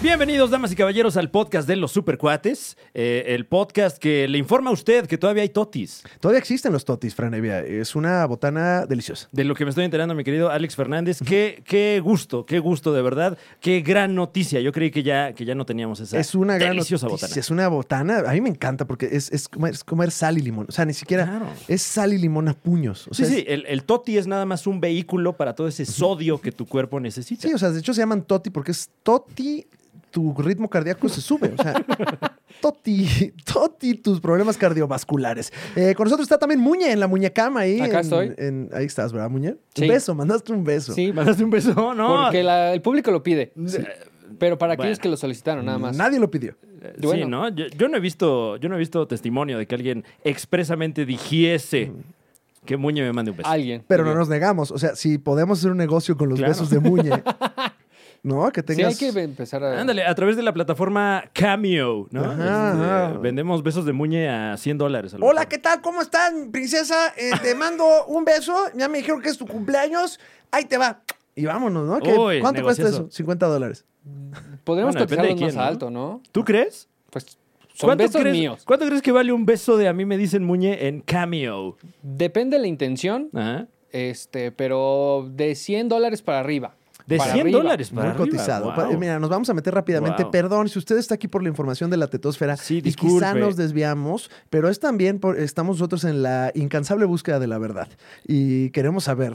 Bienvenidos, damas y caballeros, al podcast de los supercuates. eh, el podcast que le informa a usted que todavía hay totis. Todavía existen los totis, Franevia. Es una botana deliciosa. De lo que me estoy enterando, mi querido Alex Fernández. Qué, qué gusto, qué gusto, de verdad. Qué gran noticia. Yo creí que ya, que ya no teníamos esa es una gran deliciosa noticia, botana. Es una botana. A mí me encanta porque es, es comer, es comer sal y limón. O sea, ni siquiera Claro. es sal y limón a puños. O sea, sí, sí, es- el, el toti es nada más un vehículo para todo ese sodio que tu cuerpo necesita. sí, o sea, de hecho se llaman toti porque es toti, tu ritmo cardíaco se sube. O sea, toti, toti, tus problemas cardiovasculares. Eh, con nosotros está también Muñe en la muñecama ahí. Acá en- estoy. en- ahí estás, ¿verdad, Muñe? Sí. Un beso, mandaste un beso. Sí, ¿Mandaste un beso? No. porque la- el público lo pide. Pero para Bueno. aquellos que lo solicitaron, nada más. Nadie lo pidió. Eh, Bueno. Sí, ¿no? Yo, yo no he visto, yo no he visto testimonio de que alguien expresamente dijese que Muñe me mande un beso. Alguien. Pero no pidió. nos negamos. O sea, si podemos hacer un negocio con los Claro. besos de Muñe, ¿no? Que tengas. Sí, hay que empezar a. Ándale, a través de la plataforma Cameo, ¿no? Ajá, Este, ajá. Vendemos besos de Muñe a 100 dólares. a lo Hola, mejor. ¿qué tal? ¿Cómo están, princesa? Eh, te mando un beso. Ya me dijeron que es tu cumpleaños. Ahí te va. Y vámonos, ¿no? ¿Qué- Uy, ¿Cuánto cuesta negociazo. eso? 50 dólares. Podríamos Bueno, depende de cotizarlos más quién, ¿no? alto, ¿no? ¿Tú crees? Pues son besos crees, míos. ¿Cuánto crees que vale un beso de a mí me dicen Muñe en Cameo? ¿Ah? Depende de la intención, Ajá. este, pero de 100 dólares para arriba. De Para 100 arriba. dólares Pues para Muy arriba. cotizado. Wow. Pa- eh, Mira, nos vamos a meter rápidamente. Wow. Perdón, si usted está aquí por la información de la tetosfera, Sí, y quizá disculpe. nos desviamos, pero es también por- estamos nosotros en la incansable búsqueda de la verdad. Y queremos saber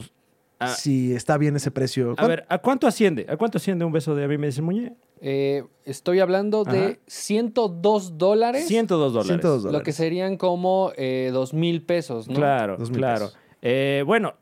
Ah. si está bien ese precio. A ver, ¿a cuánto asciende? ¿A cuánto asciende un beso de a mí me dicen Muñe? Eh, estoy hablando Ajá. de 102 dólares. 102 dólares. 102 Lo que dólares. serían como eh, 2 mil pesos, ¿no? Claro, Dos mil claro. pesos. Eh, bueno,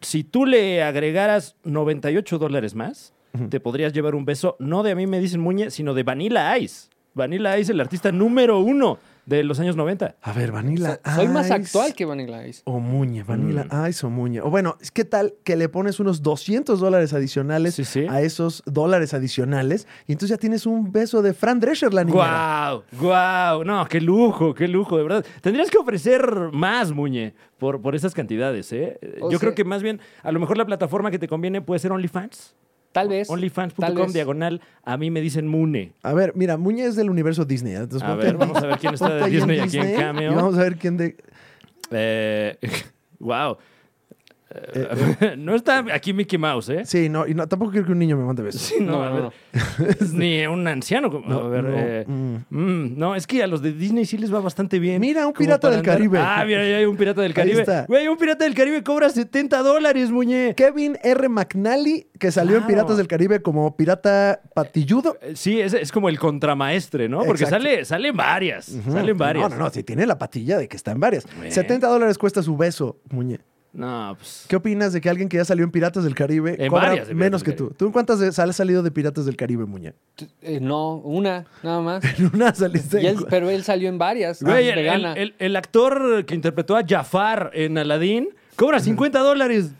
si tú le agregaras 98 dólares más, te podrías llevar un beso, no de a mí me dicen Muñe, sino de Vanilla Ice. Vanilla Ice, el artista número uno de los años 90. A ver, Vanilla Soy más Ice actual que Vanilla Ice. O Muñe, Vanilla Mm. Ice o Muñe. O bueno, ¿qué tal que le pones unos 200 dólares adicionales Sí, sí. a esos dólares adicionales? Y entonces ya tienes un beso de Fran Drescher, la niñera. ¡Guau! ¡Guau! No, qué lujo, qué lujo, de verdad. Tendrías que ofrecer más, Muñe, por, por esas cantidades, ¿eh? O Yo sea- creo que más bien, a lo mejor la plataforma que te conviene puede ser OnlyFans. Tal vez. tal OnlyFans.com vez. diagonal, a mí me dicen Mune. A ver, mira, Muñe es del universo Disney. ¿eh? Entonces, A Pues ponte ver, ahí- vamos a ver quién está ponte de ahí en Disney y aquí en Disney Cameo. y vamos a ver quién de... Eh, wow. Eh, no está aquí Mickey Mouse, ¿eh? Sí, no, y no, tampoco quiero que un niño me mande besos. Sí, no, No, a no, ver. no. Ni un anciano. como- a ver, Este, no, eh, mm. mm, no, es que a los de Disney sí les va bastante bien. Mira, un Como pirata para del Caribe. Ah, mira, ahí hay un pirata del Ahí Caribe. está. Güey, un pirata del Caribe cobra 70 dólares, muñe. Kevin R. McNally, que salió en Claro. Piratas del Caribe como pirata patilludo. Eh, Sí, es, es como el contramaestre, ¿no? Porque Exacto. sale, salen varias. Salen varias. No, no, no, si tiene la patilla de que está en varias. Bueno. 70 dólares cuesta su beso, Muñe. No, pues. ¿Qué opinas de que alguien que ya salió en Piratas del Caribe En cobra varias de Piratas menos del que tú? Caribe. ¿Tú en cuántas de- has salido de Piratas del Caribe, Muñe? Eh, no, una, nada más. En una saliste. Y en él- cu- pero él salió en varias. ah, Güey, de el, gana. el- el- el actor que interpretó a Jafar en Aladdin cobra 50 dólares.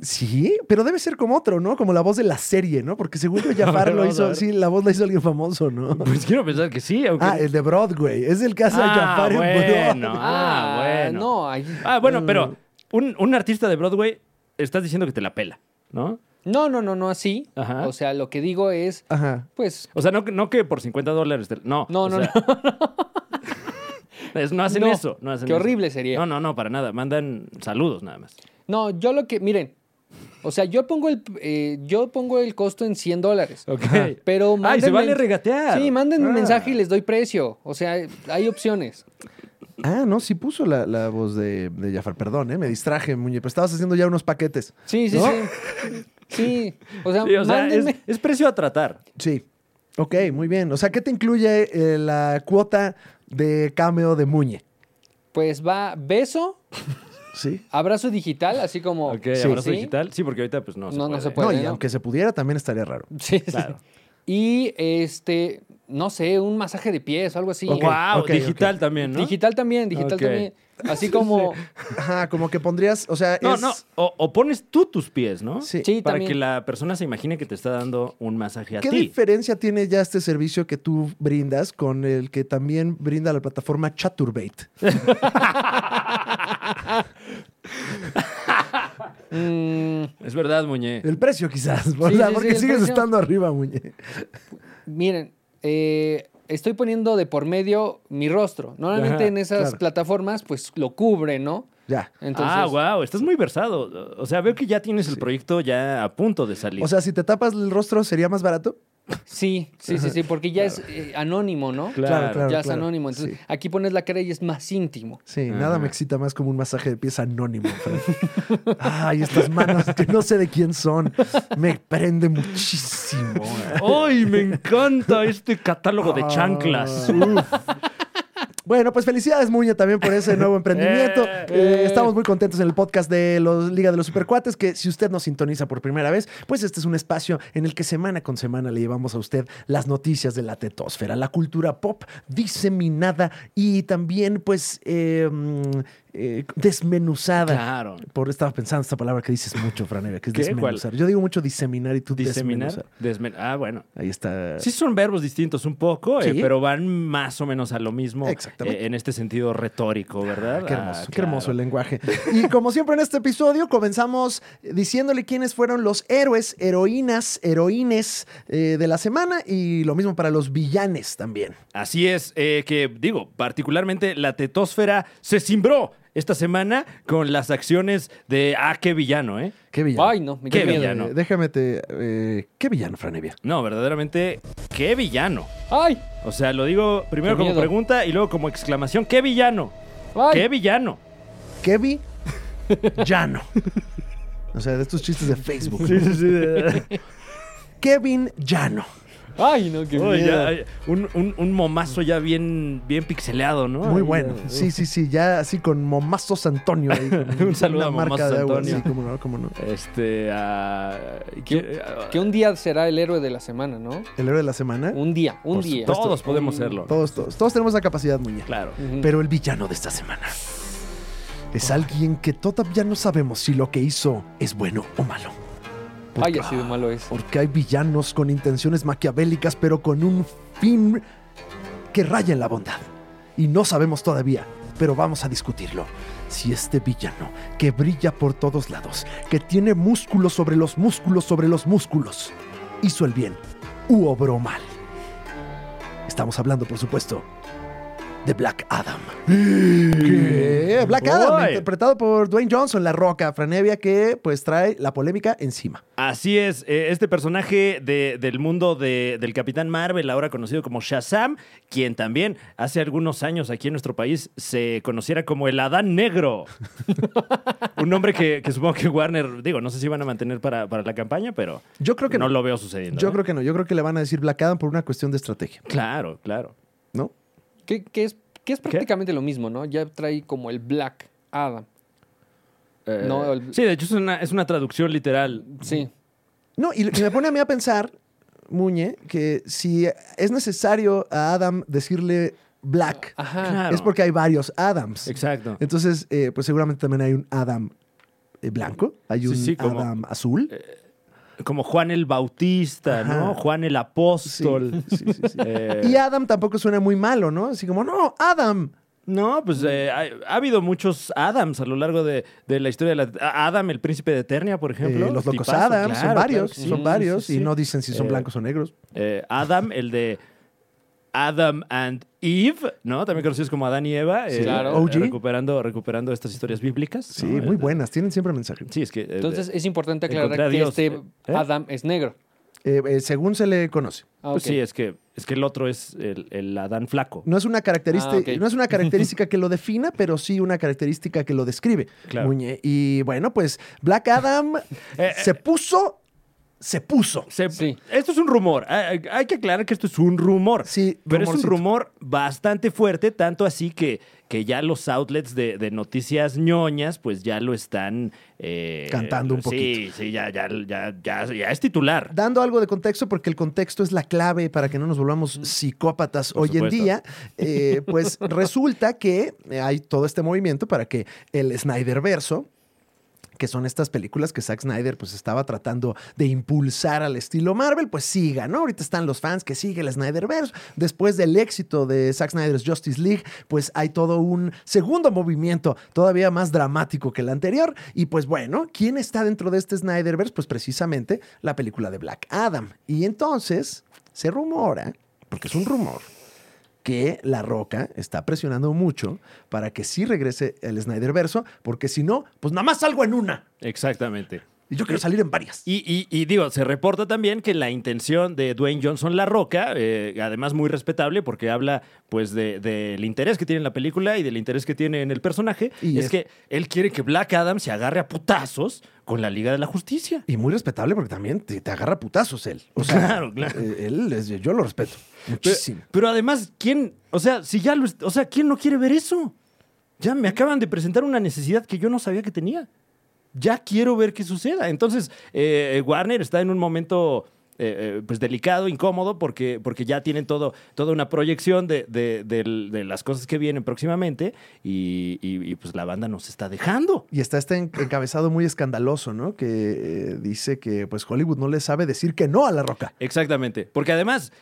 Sí, pero debe ser como otro, ¿no? Como la voz de la serie, ¿no? Porque seguro Jafar ver, lo vamos a hizo, ver. sí, la voz la hizo alguien famoso, ¿no? Pues quiero pensar que sí, aunque. Ah, el de Broadway. Es el caso de Ah, Jafar en bueno, Broadway. ah, bueno. No, ahí- Ah, bueno, pero un, un artista de Broadway estás diciendo que te la pela, ¿no? no, no, no, no así. Ajá. O sea, lo que digo es, Ajá. pues, O sea, no, que- no que por 50 dólares. te- no, No, o no, sea, es- no hacen No, eso. No hacen qué eso. horrible sería. No, no, no, para nada. Mandan saludos nada más. no, yo lo que, miren, o sea, yo pongo el, eh, yo pongo el costo en 100 dólares. Ok. Pero Ah, y se mándenme- vale regatear. Sí, manden Ah. un mensaje y les doy precio. O sea, hay opciones. Ah, no, sí puso la, la voz de, de Jafar. Perdón, ¿eh? Me distraje, Muñe. Pero estabas haciendo ya unos paquetes. Sí, sí, ¿No? sí. Sí, o sea, Sí, o sea, es, mándenme. es precio a tratar. Sí. Ok, muy bien. O sea, ¿qué te incluye eh, la cuota de cameo de Muñe? Pues va beso, Sí. abrazo digital, así como... Ok, Sí. abrazo ¿Sí? digital. Sí, porque ahorita pues no, se No, puede. no se puede. No, y ¿no? aunque se pudiera, también estaría raro. Sí, sí. Claro. Y este, no sé, un masaje de pies o algo así. Ok, Wow, ok, digital también, ¿no? Digital también, digital Ok. también. Así como. Ajá, como que pondrías, o sea, No, es- no, o, o pones tú tus pies, ¿no? Sí. Sí, Para también. que la persona se imagine que te está dando un masaje a ¿Qué ti. diferencia tiene ya este servicio que tú brindas con el que también brinda la plataforma Chaturbate? Mm, Es verdad, Muñe. El precio quizás, o Sí, sea, sí, sí, porque el sigues precio. estando arriba, Muñe. miren, eh, estoy poniendo de por medio mi rostro. Normalmente Ajá, en esas claro. plataformas, pues lo cubre, ¿no? Ya. Entonces, ah, wow, estás muy versado. O sea, veo que ya tienes el proyecto ya a punto de salir. O sea, si te tapas el rostro, ¿sería más barato? sí, sí, sí, sí, porque ya es eh, anónimo, ¿no? Claro, ya es anónimo. Entonces, Sí. aquí pones la cara y es más íntimo. Sí, Ah. nada me excita más como un masaje de pies anónimo. Fran. Ay, estas manos que no sé de quién son. Me prende muchísimo. ¡Ay, me encanta este catálogo de Ah, chanclas! uf. Bueno, pues felicidades, Muña, también por ese nuevo emprendimiento. Eh, Eh, estamos muy contentos en el podcast de los Liga de los Supercuates, que si usted nos sintoniza por primera vez, pues este es un espacio en el que semana con semana le llevamos a usted las noticias de la tetósfera, la cultura pop diseminada y también, pues, eh, mm, eh, desmenuzada. Claro. Por, estaba pensando esta palabra que dices mucho, Franera, que es ¿Qué? desmenuzar. Yo digo mucho diseminar y tú Diseminar. desmenuzar. desmen- ah, bueno. Ahí está. Sí son verbos distintos un poco, eh, Sí. pero van más o menos a lo mismo Exactamente. eh, en este sentido retórico, ¿verdad? Qué hermoso, Ah, qué hermoso el claro. lenguaje. Y como siempre en este episodio, comenzamos diciéndole quiénes fueron los héroes, heroínas, heroínes eh, de la semana y lo mismo para los villanes también. Así es, eh, que digo, particularmente la tetósfera se cimbró esta semana con las acciones de... ¡Ah, qué villano, eh! Qué villano. Ay, no, me Qué dio miedo. villano. Eh, déjame te. eh, qué villano, Franevia. No, verdaderamente, qué villano. Ay, O sea, lo digo primero Qué como miedo. pregunta y luego como exclamación. ¡Qué villano! ay. ¡Qué villano! Qué villano. O sea, de estos chistes de Facebook. sí, sí. Kevin Llano. Ay, no, qué Uy, miedo. ya, ay, un, un- un momazo ya bien, bien pixeleado, ¿no? Muy Ahí, eh, bueno. ya. Sí, sí, sí. Ya así con Momazos Antonio. ahí, con Un saludo una a marca Momazos de agua. Antonio. Sí, cómo no, cómo no. Este. ah, Que, que- ah, que un día será el héroe de la semana, ¿no? El héroe de la semana. Un día, un Por día. pues, todos podemos serlo. Todos, todos. Todos tenemos la capacidad, Muñe. Claro. Ujú. Pero el villano de esta semana es alguien que todavía no sabemos si lo que hizo es bueno o malo. Ay, ah. así de malo es. Porque hay villanos con intenciones maquiavélicas, pero con un fin que raya en la bondad. Y no sabemos todavía, pero vamos a discutirlo. Si este villano, que brilla por todos lados, que tiene músculos sobre los músculos sobre los músculos, hizo el bien u obró mal. Estamos hablando, por supuesto, de Black Adam. ¿Qué? Black Adam, Uy. interpretado por Dwayne Johnson, la roca, Franevia, que pues trae la polémica encima. Así es, eh, este personaje de- del mundo de- del Capitán Marvel, ahora conocido como Shazam, quien también hace algunos años aquí en nuestro país se conociera como el Adán Negro. Un nombre que, que supongo que Warner, digo, no sé si van a mantener para, para la campaña, pero Yo creo que no no. lo veo sucediendo. Yo ¿eh? creo que no. Yo creo que le van a decir Black Adam por una cuestión de estrategia, Claro, claro. ¿no? Que, que es, que es prácticamente lo mismo, ¿no? Ya trae como el Black Adam. No, el- Sí, de hecho es una, es una traducción literal. Sí. No, y y me pone a mí a pensar, Muñe, que si es necesario a Adam decirle Black, Ajá. Ah, Claro. es porque hay varios Adams. Exacto. Entonces, eh, pues seguramente también hay un Adam eh, blanco, hay Sí, un sí, como- eh, Adam azul. Como Juan el Bautista, ¿no? Ajá. Juan el Sí, Apóstol. sí, sí, sí. Eh, Y Adam tampoco suena muy malo, ¿no? Así como, no, Adam. No, pues eh, ha, ha habido muchos Adams a lo largo de, de la historia de la... a- Adam, el príncipe de Eternia, por ejemplo. Eh, los locos Tipazo, Adam, claro, son varios, claro que sí. son Sí, varios, sí, sí. y no dicen si son Eh, blancos o negros. Eh, Adam, el de Adam and Eve, ¿no? También conocidos como Adán y Eva. Sí, eh, claro. eh, OG. Recuperando, recuperando estas historias bíblicas. Sí, ¿no? muy Eh, buenas, tienen siempre mensaje. Sí, es que... eh, Entonces es importante encontré a aclarar que Dios. este Eh, ¿eh? Adam es negro. Eh, eh, según se le conoce. Ah, pues ok. sí, es que, es que el otro es el, el Adán flaco. No es una característica, Ah, ok. no es una característica que lo defina, pero sí una característica que lo describe. Claro. Muñe. Y bueno, pues Black Adam eh. se puso, se puso. Se- Sí. Esto es un rumor. Hay, hay que aclarar que esto es un rumor. Sí, pero es rumorcito. un rumor bastante fuerte, tanto así que, que ya los outlets de, de noticias ñoñas, pues ya lo están eh, Cantando un Sí, poquito. sí, ya, ya, ya, ya, ya es titular. Dando algo de contexto, porque el contexto es la clave para que no nos volvamos psicópatas Por hoy supuesto. en día, eh, pues resulta que hay todo este movimiento para que el Snyder verso que son estas películas que Zack Snyder pues estaba tratando de impulsar al estilo Marvel, pues siga, ¿no? Ahorita están los fans que sigue el Snyderverse. Después del éxito de Zack Snyder's Justice League, pues hay todo un segundo movimiento todavía más dramático que el anterior. Y pues bueno, ¿quién está dentro de este Snyderverse? Pues precisamente la película de Black Adam. Y entonces se rumora, porque es un rumor, que La Roca está presionando mucho para que sí regrese el Snyder verso, porque si no, pues nada más salgo en una. Exactamente. Y yo quiero salir en varias. Y, y- y digo, se reporta también que la intención de Dwayne Johnson La Roca, eh, además muy respetable porque habla pues de- del interés que tiene en la película y del interés que tiene en el personaje, Y es, es- que él quiere que Black Adam se agarre a putazos con la Liga de la Justicia. Y muy respetable porque también te, te agarra putazos él. O sea, Claro, claro. eh, Él es- yo lo respeto Pero, muchísimo. pero además, ¿quién? O sea, si ya lo, es- o sea, ¿quién no quiere ver eso? Ya me acaban de presentar una necesidad que yo no sabía que tenía. Ya quiero ver qué suceda. Entonces, eh, Warner está en un momento eh, eh, pues delicado, incómodo, porque, porque ya tienen todo, toda una proyección de, de- del- de las cosas que vienen próximamente y, y- y, pues la banda nos está dejando. Y está este en- encabezado muy escandaloso, ¿no? Que eh, dice que pues Hollywood no le sabe decir que no a La Roca. Exactamente. Porque además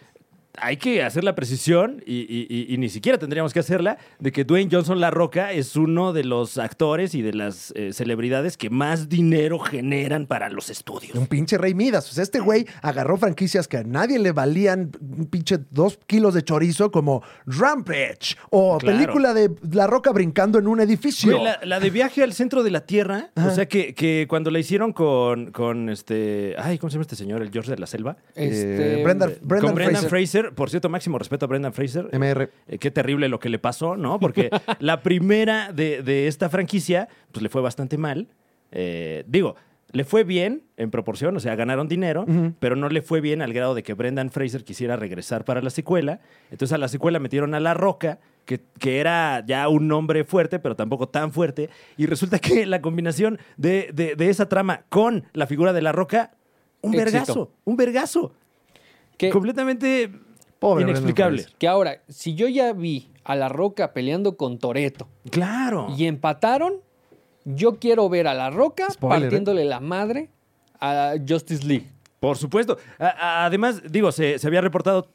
hay que hacer la precisión, y, y- y- y ni siquiera tendríamos que hacerla, de que Dwayne Johnson La Roca es uno de los actores y de las eh, celebridades que más dinero generan para los estudios. Un pinche rey Midas. O sea, este güey agarró franquicias que a nadie le valían un pinche dos kilos de chorizo como Rampage o Claro. película de La Roca brincando en un edificio. Güey, la, la de viaje al centro de la Tierra, o sea que, que cuando la hicieron con, con este. Ay, ¿cómo se llama este señor? El George de la Selva. Este, Eh, Brenda- eh, Brendan con Brendan Fraser. Fraser. Por cierto, máximo respeto a Brendan Fraser. MR. Eh, qué terrible lo que le pasó, ¿no? Porque la primera de, de esta franquicia, pues le fue bastante mal. Eh, digo, le fue bien en proporción, o sea, ganaron dinero, pero no le fue bien al grado de que Brendan Fraser quisiera regresar para la secuela. Entonces a la secuela metieron a La Roca, que, que era ya un nombre fuerte, pero tampoco tan fuerte. Y resulta que la combinación de, de- de esa trama con la figura de La Roca, un Éxito. vergazo, un vergazo. que- Completamente Pobre inexplicable. Brendan que ahora, si yo ya vi a La Roca peleando con Toreto Claro. y empataron, yo quiero ver a La Roca Spoiler, ¿eh? partiéndole la madre a Justice League. Por supuesto. A- a- además, digo, se, se había reportado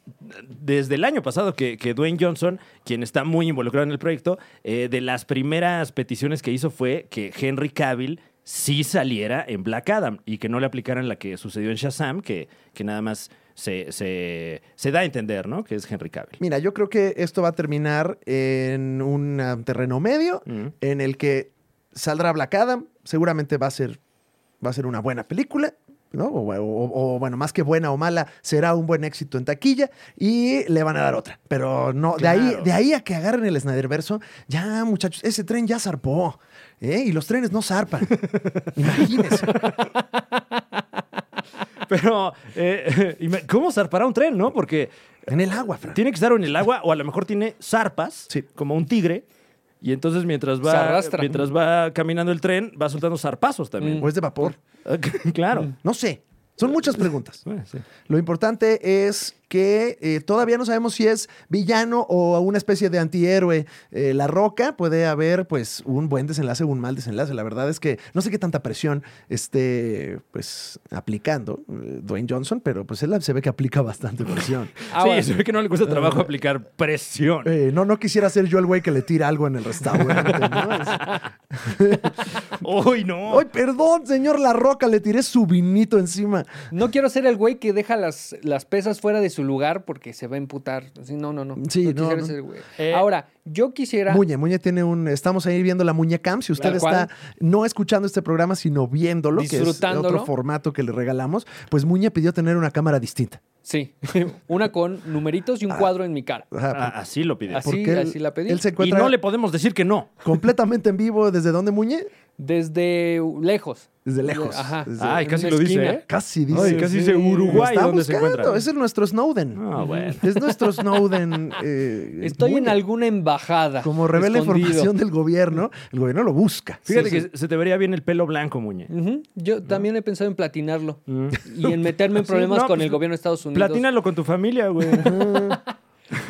desde el año pasado que, que Dwayne Johnson, quien está muy involucrado en el proyecto, eh, de las primeras peticiones que hizo fue que Henry Cavill sí saliera en Black Adam y que no le aplicaran la que sucedió en Shazam, que, que nada más se, se- se da a entender, ¿no? Que es Henry Cavill. Mira, yo creo que esto va a terminar en un ah, terreno medio Mm. en el que saldrá Black Adam, seguramente va a ser, va a ser una buena película, ¿no? O, o- o, bueno, más que buena o mala, será un buen éxito en taquilla y le van a dar otra. Pero no, de, Claro. ahí, de ahí a que agarren el Snyder verso, ya muchachos, ese tren ya zarpó. ¿eh? Y los trenes no zarpan. Imagínense. Pero, eh, ima- ¿cómo zarpará un tren, no? Porque En el agua, Fran. tiene que estar o en el agua o a lo mejor tiene zarpas, Sí. como un tigre. Y entonces mientras Se va, arrastra. Mm. mientras va caminando el tren, va soltando zarpazos también. Ah, O es de vapor. claro. No sé. Son muchas preguntas. Bueno, sí. Lo importante es que eh, todavía no sabemos si es villano o una especie de antihéroe. Eh, la Roca puede haber pues un buen desenlace o un mal desenlace. La verdad es que no sé qué tanta presión esté pues aplicando eh, Dwayne Johnson, pero pues él se ve que aplica bastante presión. Ahora, Sí, se ve que no le cuesta trabajo aplicar presión. Eh, no, no quisiera ser yo el güey que le tira algo en el restaurante. ¿no? Es- ¡Uy, no! Ay, perdón, señor La Roca, le tiré su vinito encima. no quiero ser el güey que deja las, las pesas fuera de su lugar porque se va a emputar. Así, no, no, no. Sí, no, quisiera no. ser el güey. Eh, Ahora, yo quisiera... Muñe, Muñe tiene un. Estamos ahí viendo la Muñecam. Si usted Tal cual. está no escuchando este programa, sino viéndolo, que es Disfrutándolo. otro formato que le regalamos, pues Muñe pidió tener una cámara distinta. Sí, una con numeritos Ah. y un cuadro en mi cara. Ajá, Ah, así lo pide. Así. porque él, la pedí. él se Y encuentra no le podemos decir que no. completamente en vivo. ¿Desde dónde, Muñe? Desde lejos. Desde lejos. Ajá. Desde- Ay, en casi una lo dice, esquina. ¿eh? Casi dice. Ay, casi sí. dice Lo Uruguay, está donde se buscando, encuentra. Ese es nuestro Snowden. Ah, bueno. Es nuestro Snowden. eh, Estoy en Muñe. alguna embajada. Como revela escondido. información del gobierno, el gobierno lo busca. Fíjate Sí, que se te vería bien el pelo blanco, Muñe. Ujú, Yo también he pensado en platinarlo Mm. y en meterme en Sí, problemas no, con pues, el gobierno de Estados Unidos. Platínalo con tu familia, güey.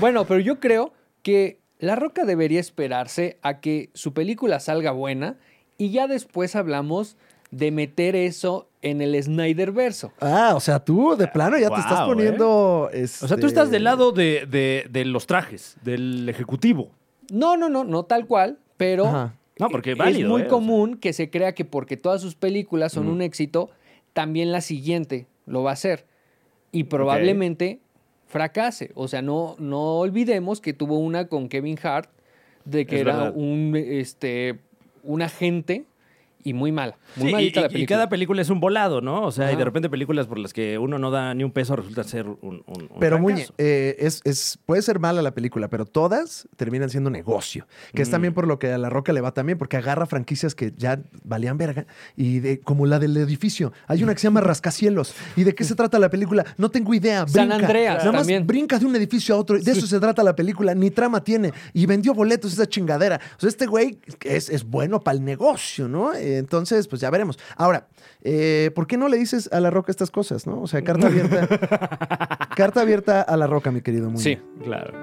Bueno, pero yo creo que La Roca debería esperarse a que su película salga buena y ya después hablamos de meter eso en el Snyder verso. Ah, o sea, tú de plano ya Wow, te estás poniendo. ¿eh? este, O sea, tú estás del lado de, de- de los trajes, del ejecutivo. No, no, no, no tal cual, pero Ajá. No, porque es válido, muy ¿eh? O sea. común que se crea que porque todas sus películas son un éxito, también la siguiente lo va a hacer. Y probablemente fracase. O sea, no, no olvidemos que tuvo una con Kevin Hart de que Es era verdad. un, este, un agente y muy mala. Muy Sí, y, malita la y- y película. cada película es un volado, ¿no? O sea, y Ajá. de repente películas por las que uno no da ni un peso resultan ser un. un- un Pero Muñe, fracaso. eh, es, es- puede ser mala la película, pero todas terminan siendo negocio. Que es Mm. también por lo que a La Roca le va también, porque agarra franquicias que ya valían verga. Y de, como la del edificio. Hay una que se llama Rascacielos. ¿Y de qué se trata la película? No tengo idea. San brinca. Andreas Nada más también. brinca de un edificio a otro. De eso se trata la película. Ni trama tiene. Y vendió boletos esa chingadera. O sea, este güey es, es bueno para el negocio, ¿no? Eh, Entonces, pues ya veremos. Ahora, eh, ¿por qué no le dices a La Roca estas cosas, no? O sea, carta abierta. Carta abierta a la roca, mi querido Muñoz. Sí, Claro.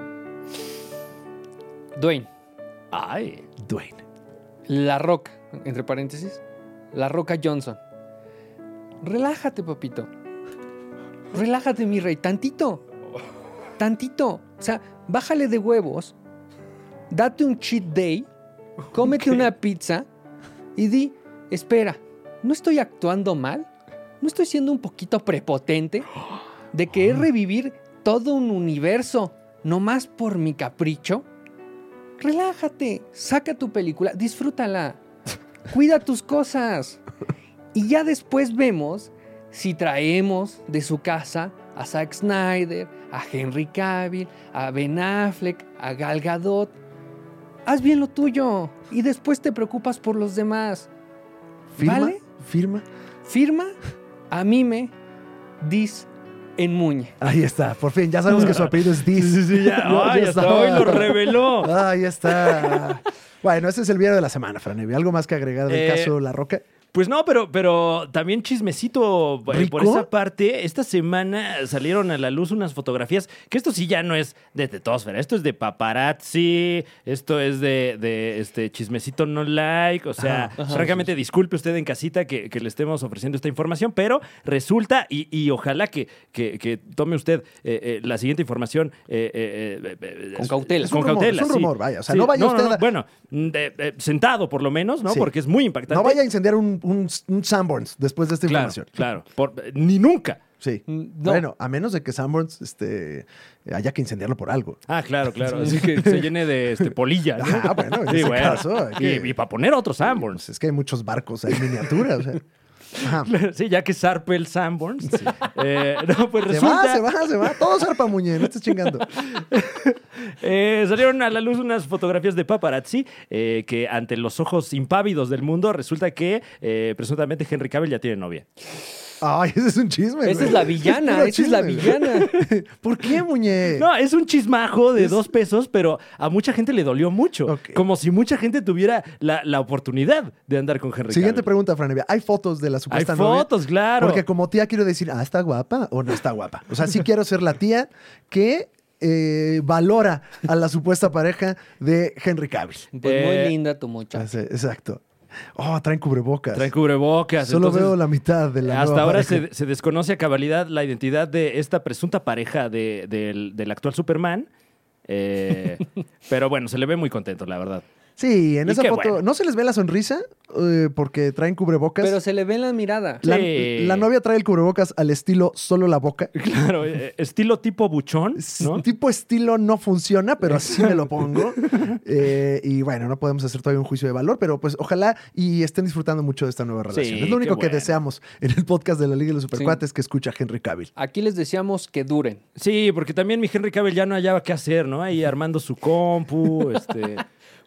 Dwayne, Ay. Dwayne. La Roca, entre paréntesis, La Roca Johnson. Relájate, papito. Relájate, mi rey, tantito. Tantito. O sea, bájale de huevos, date un cheat day, cómete una pizza y di, espera, ¿no estoy actuando mal? ¿No estoy siendo un poquito prepotente de querer revivir todo un universo nomás por mi capricho? Relájate, saca tu película, disfrútala, cuida tus cosas. Y ya después vemos si traemos de su casa a Zack Snyder, a Henry Cavill, a Ben Affleck, a Gal Gadot. Haz bien lo tuyo y después te preocupas por los demás. ¿Firma? ¿Vale? ¿Firma? Firma a Mime Dis en Muñe. Ahí está, por fin, ya sabemos que su apellido es Diz. Ya, Ya- ay, ya hasta estaba. hoy lo reveló. Ahí está. Bueno, ese es el video de la semana, Franevi. ¿Algo más que agregar del Eh, caso La Roca? Pues no, pero, pero también chismecito eh, por ¿Rico? esa parte. Esta semana salieron a la luz unas fotografías, que esto sí ya no es de tetósfera, esto es de paparazzi, esto es de, de, este chismecito no like, o sea, francamente disculpe usted en casita que, que le estemos ofreciendo esta información, pero resulta, y, y ojalá que, que- que tome usted eh, eh, la siguiente información eh, eh, eh, eh, Con cautela. Es un rumor, es un sí. rumor, vaya, o sea, no vaya usted a- Bueno, mm, eh, eh, sentado por lo menos, ¿no? Sí. Porque es muy impactante. No vaya a incendiar un, un, un Sanborns después de esta Claro, información. claro. Por- ni nunca. Sí. Mm, no. Bueno, a menos de que Sanborns este, haya que incendiarlo por algo. Ah, claro, claro. Sí. Así que se llene de este, polilla. ¿no? Ah, bueno, en ese caso, hay que- Y, para poner otro Sanborns. Pues es que hay muchos barcos, hay miniaturas. o sea. Ajá. Sí, ya que zarpe el Sanborns. Eh, no, pues Se va, resulta. se va, se va. Todo zarpa, Muñe, no estés chingando. eh, salieron a la luz unas fotografías de paparazzi eh, que, ante los ojos impávidos del mundo, resulta que eh, presuntamente Henry Cavill ya tiene novia. Ay, ese es un chisme. Esa güey. es la villana, puro esa es la chisme, güey. villana. ¿Por qué, Muñe? No, es un chismajo de dos pesos, pero a mucha gente le dolió mucho. Ok. Como si mucha gente tuviera la, la oportunidad de andar con Henry Siguiente Cavill. pregunta, Franevia. ¿Hay fotos de la Hay supuesta novia? fotos, claro. Porque como tía quiero decir, ah, está guapa o no está guapa. O sea, sí quiero ser la tía que eh, valora a la supuesta pareja de Henry Cavill. Pues Eh, muy linda tu muchacha. Así, Exacto. Oh, traen cubrebocas. Trae cubrebocas. Solo entonces, veo la mitad de la Hasta nueva ahora pareja. se, se desconoce a cabalidad la identidad de esta presunta pareja de- del, del actual Superman. Eh, pero bueno, se le ve muy contento, la verdad. Sí, en Y esa qué foto bueno. no se les ve la sonrisa Eh, porque traen cubrebocas. Pero se le ve en la mirada. La, Sí. la novia trae el cubrebocas al estilo solo la boca. Claro, eh, estilo tipo buchón, S- ¿no? Tipo estilo no funciona, pero así me lo pongo. Eh, y bueno, no podemos hacer todavía un juicio de valor, pero pues ojalá y estén disfrutando mucho de esta nueva relación. Sí, es lo único qué que bueno. deseamos en el podcast de la Liga de los Supercuates que escucha Henry Cavill. Aquí les decíamos que duren. Sí, porque también mi Henry Cavill ya no hallaba qué hacer, ¿no? Ahí armando su compu, este...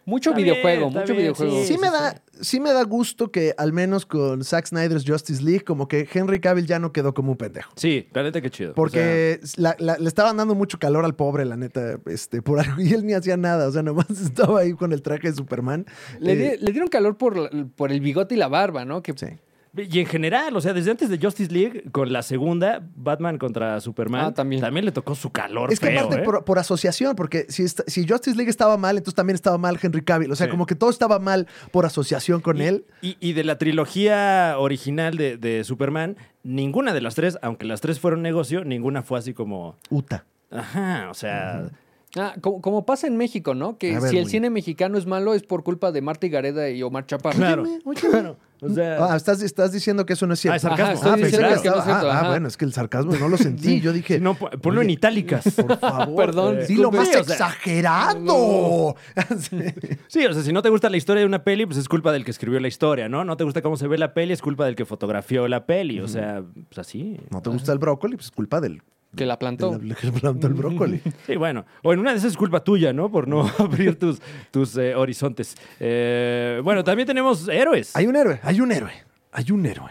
Mucho Está videojuego, bien, está mucho bien, videojuego. Sí, Sí, me sí, da, sí me da gusto que al menos con Zack Snyder's Justice League, como que Henry Cavill ya no quedó como un pendejo. Sí, la neta, qué chido. O sea, Porque la- la- le estaban dando mucho calor al pobre, la neta, este, por algo. Y él ni hacía nada, o sea, nomás estaba ahí con el traje de Superman. Le, Eh, di- le dieron calor por, la- por el bigote y la barba, ¿no? Que Sí. Y en general, o sea, desde antes de Justice League, con la segunda, Batman contra Superman, Ah, también. le tocó su calor. Es que feo, aparte ¿eh? por, por asociación, porque si, esta- si Justice League estaba mal, entonces también estaba mal Henry Cavill. O sea, Sí. como que todo estaba mal por asociación con Y- él. Y, y de la trilogía original de, de Superman, ninguna de las tres, aunque las tres fueron negocio, ninguna fue así como. Uta. Ajá, o sea. Ah, como, como pasa en México, ¿no? Que A ver, si el Muñe. cine mexicano es malo es por culpa de Marta Gareda y Omar Chaparro. Claro. Oye, Claro. O sea. Ah, estás, estás diciendo que eso no es Ah, cierto. es sarcasmo. Ajá, estoy Ah, pensé diciendo que claro. que no es estaba- ah, cierto, ah, ajá. bueno, es que el sarcasmo no lo sentí. Yo dije, no, po- ponlo en Oye. itálicas. por favor. Perdón, Dilo disculpe, más o sea, exagerado. Sí. Sí, o sea, si no te gusta la historia de una peli, pues es culpa del que escribió la historia, ¿no? No te gusta cómo se ve la peli, es culpa del que fotografió la peli. O sea, pues así. no te gusta el brócoli, pues es culpa del Que la plantó. del- que plantó el brócoli. Sí, bueno. O en una de esas es culpa tuya, ¿no? Por no abrir tus, tus eh, horizontes. Eh, bueno, también tenemos héroes. Hay un héroe, hay un héroe, hay un héroe.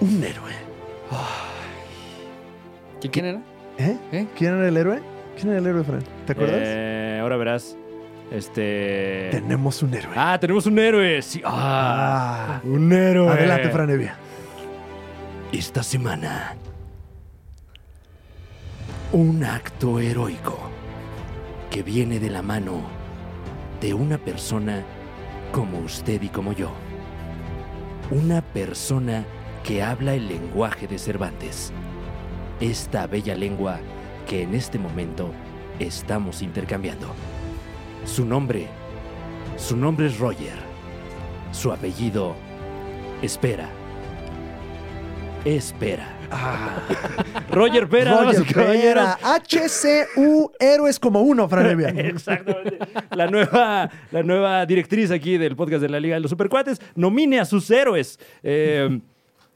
Un héroe. ¿Qui- ¿Quién era? ¿Eh? ¿Eh? ¿Quién era el héroe? ¿Quién era el héroe, Fran? ¿Te acuerdas? Eh, ahora verás. Este. Tenemos un héroe. Ah, tenemos un héroe. Sí. Ah, Ah. un héroe. Adelante, Fran Evia. Esta semana. Un acto heroico que viene de la mano de una persona como usted y como yo. Una persona que habla el lenguaje de Cervantes. Esta bella lengua que en este momento estamos intercambiando. Su nombre, su nombre es Roger. Su apellido, espera. Espera. Roger Pera, damas y Ah. Roger caballeros. Pera, HCU, héroes como uno, Fran Evia. Exactamente. La nueva, la nueva directriz aquí del podcast de la Liga de los Supercuates nomine a sus héroes. Eh,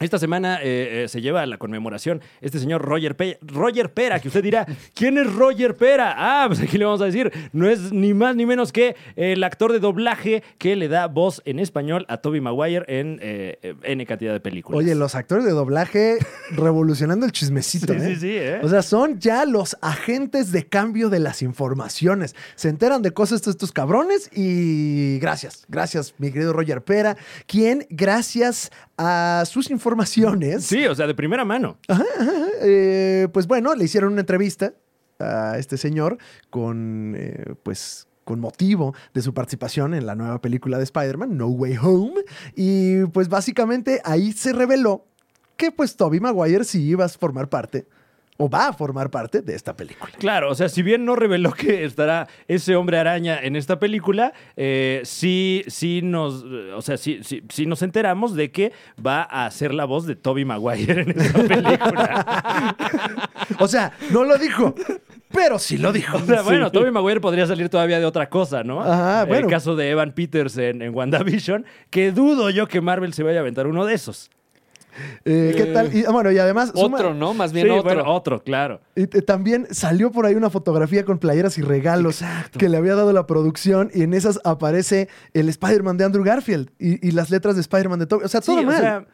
esta semana eh, eh, se lleva a la conmemoración este señor Roger, Pe- Roger Pera, que usted dirá, ¿quién es Roger Pera? Ah, pues aquí le vamos a decir, no es ni más ni menos que el actor de doblaje que le da voz en español a Toby Maguire en eh, eh, N cantidad de películas. Oye, los actores de doblaje revolucionando el chismecito, Sí, ¿eh? sí, sí, ¿eh? O sea, son ya los agentes de cambio de las informaciones. Se enteran de cosas estos, estos cabrones y gracias, gracias, mi querido Roger Pera, quien gracias a sus informaciones, Sí, o sea, de primera mano. eh, pues bueno, le hicieron una entrevista a este señor con, eh, pues, con motivo de su participación en la nueva película de Spider-Man, No Way Home. Y pues básicamente ahí se reveló que pues Toby Maguire sí iba a formar parte o va a formar parte de esta película. Claro, o sea, si bien no reveló que estará ese hombre araña en esta película, eh, sí, sí nos, eh, o sea, sí, sí- sí nos enteramos de que va a ser la voz de Toby Maguire en esta película. O sea, no lo dijo, pero sí lo dijo. O sea, Sí. bueno, Toby Maguire podría salir todavía de otra cosa, ¿no? Ajá, bueno. El caso de Evan Peters en, en WandaVision, que dudo yo que Marvel se vaya a aventar uno de esos. Eh, ¿Qué tal? Y, ah, bueno, y además... suma- Otro, ¿no? Más bien Sí, otro. bueno, otro, claro. Y t- también salió por ahí una fotografía con playeras y regalos que le había dado la producción y en esas aparece el Spider-Man de Andrew Garfield y, y las letras de Spider-Man de Toby. O sea, Sí, todo o mal. sea,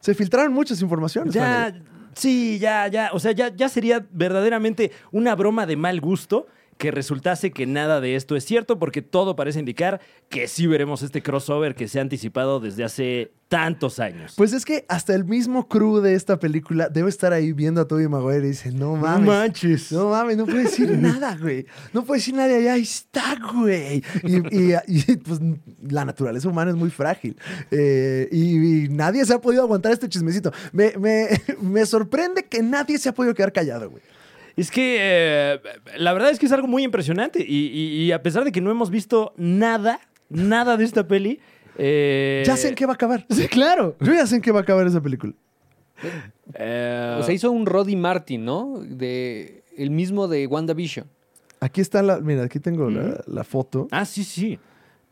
Se filtraron muchas informaciones. Ya, Manuel. sí, ya, ya. O sea, ya, ya sería verdaderamente una broma de mal gusto que resultase que nada de esto es cierto, porque todo parece indicar que sí veremos este crossover que se ha anticipado desde hace tantos años. Pues es que hasta el mismo crew de esta película debe estar ahí viendo a Toby Maguire y dice, no mames. manches. No mames, no puede decir nada, güey. No puede decir nada y ahí está, güey. Y, y- y, pues la naturaleza humana es muy frágil. Eh, y, y nadie se ha podido aguantar este chismecito. Me, me- me sorprende que nadie se ha podido quedar callado, güey. Es que eh, la verdad es que es algo muy impresionante y, y- y a pesar de que no hemos visto nada, nada de esta peli. eh, Ya sé en qué va a acabar. Sí, claro. Yo ya sé en qué va a acabar esa película. eh, Se hizo un Roddy Martin, ¿no? De, el mismo de WandaVision. Aquí está la. Mira, aquí tengo la, la foto. Ah, sí, sí.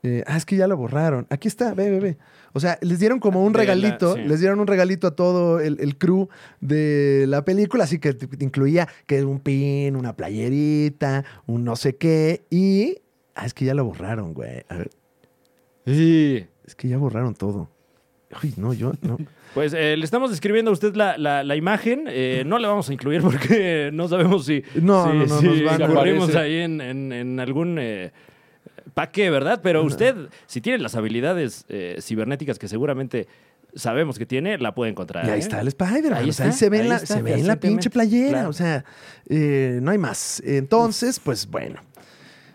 Eh, ah, es que ya la borraron. Aquí está, ve, ve, ve. O sea, les dieron como un De la- regalito, sí. les dieron un regalito a todo el, el crew de la película, así que t- incluía que un pin, una playerita, un no sé qué, y... Ah, es que ya la borraron, güey. A ver, Sí. es que ya borraron todo. Uy, no, yo no. Pues eh, le estamos describiendo a usted la, la- la imagen. eh, no la vamos a incluir porque no sabemos si, No, si, no, no, si nos van a- incurrimos Aparece. ahí en, en- en algún eh, ¿Para qué, verdad? Pero usted, si tiene las habilidades eh, cibernéticas que seguramente sabemos que tiene, la puede encontrar. Y ahí ¿eh? está el Spider-Man. Ahí o sea, ahí está, se ve, en ahí la, está, se ve en la pinche fehacientemente. playera. Claro. O sea, eh, no hay más. Entonces, pues bueno,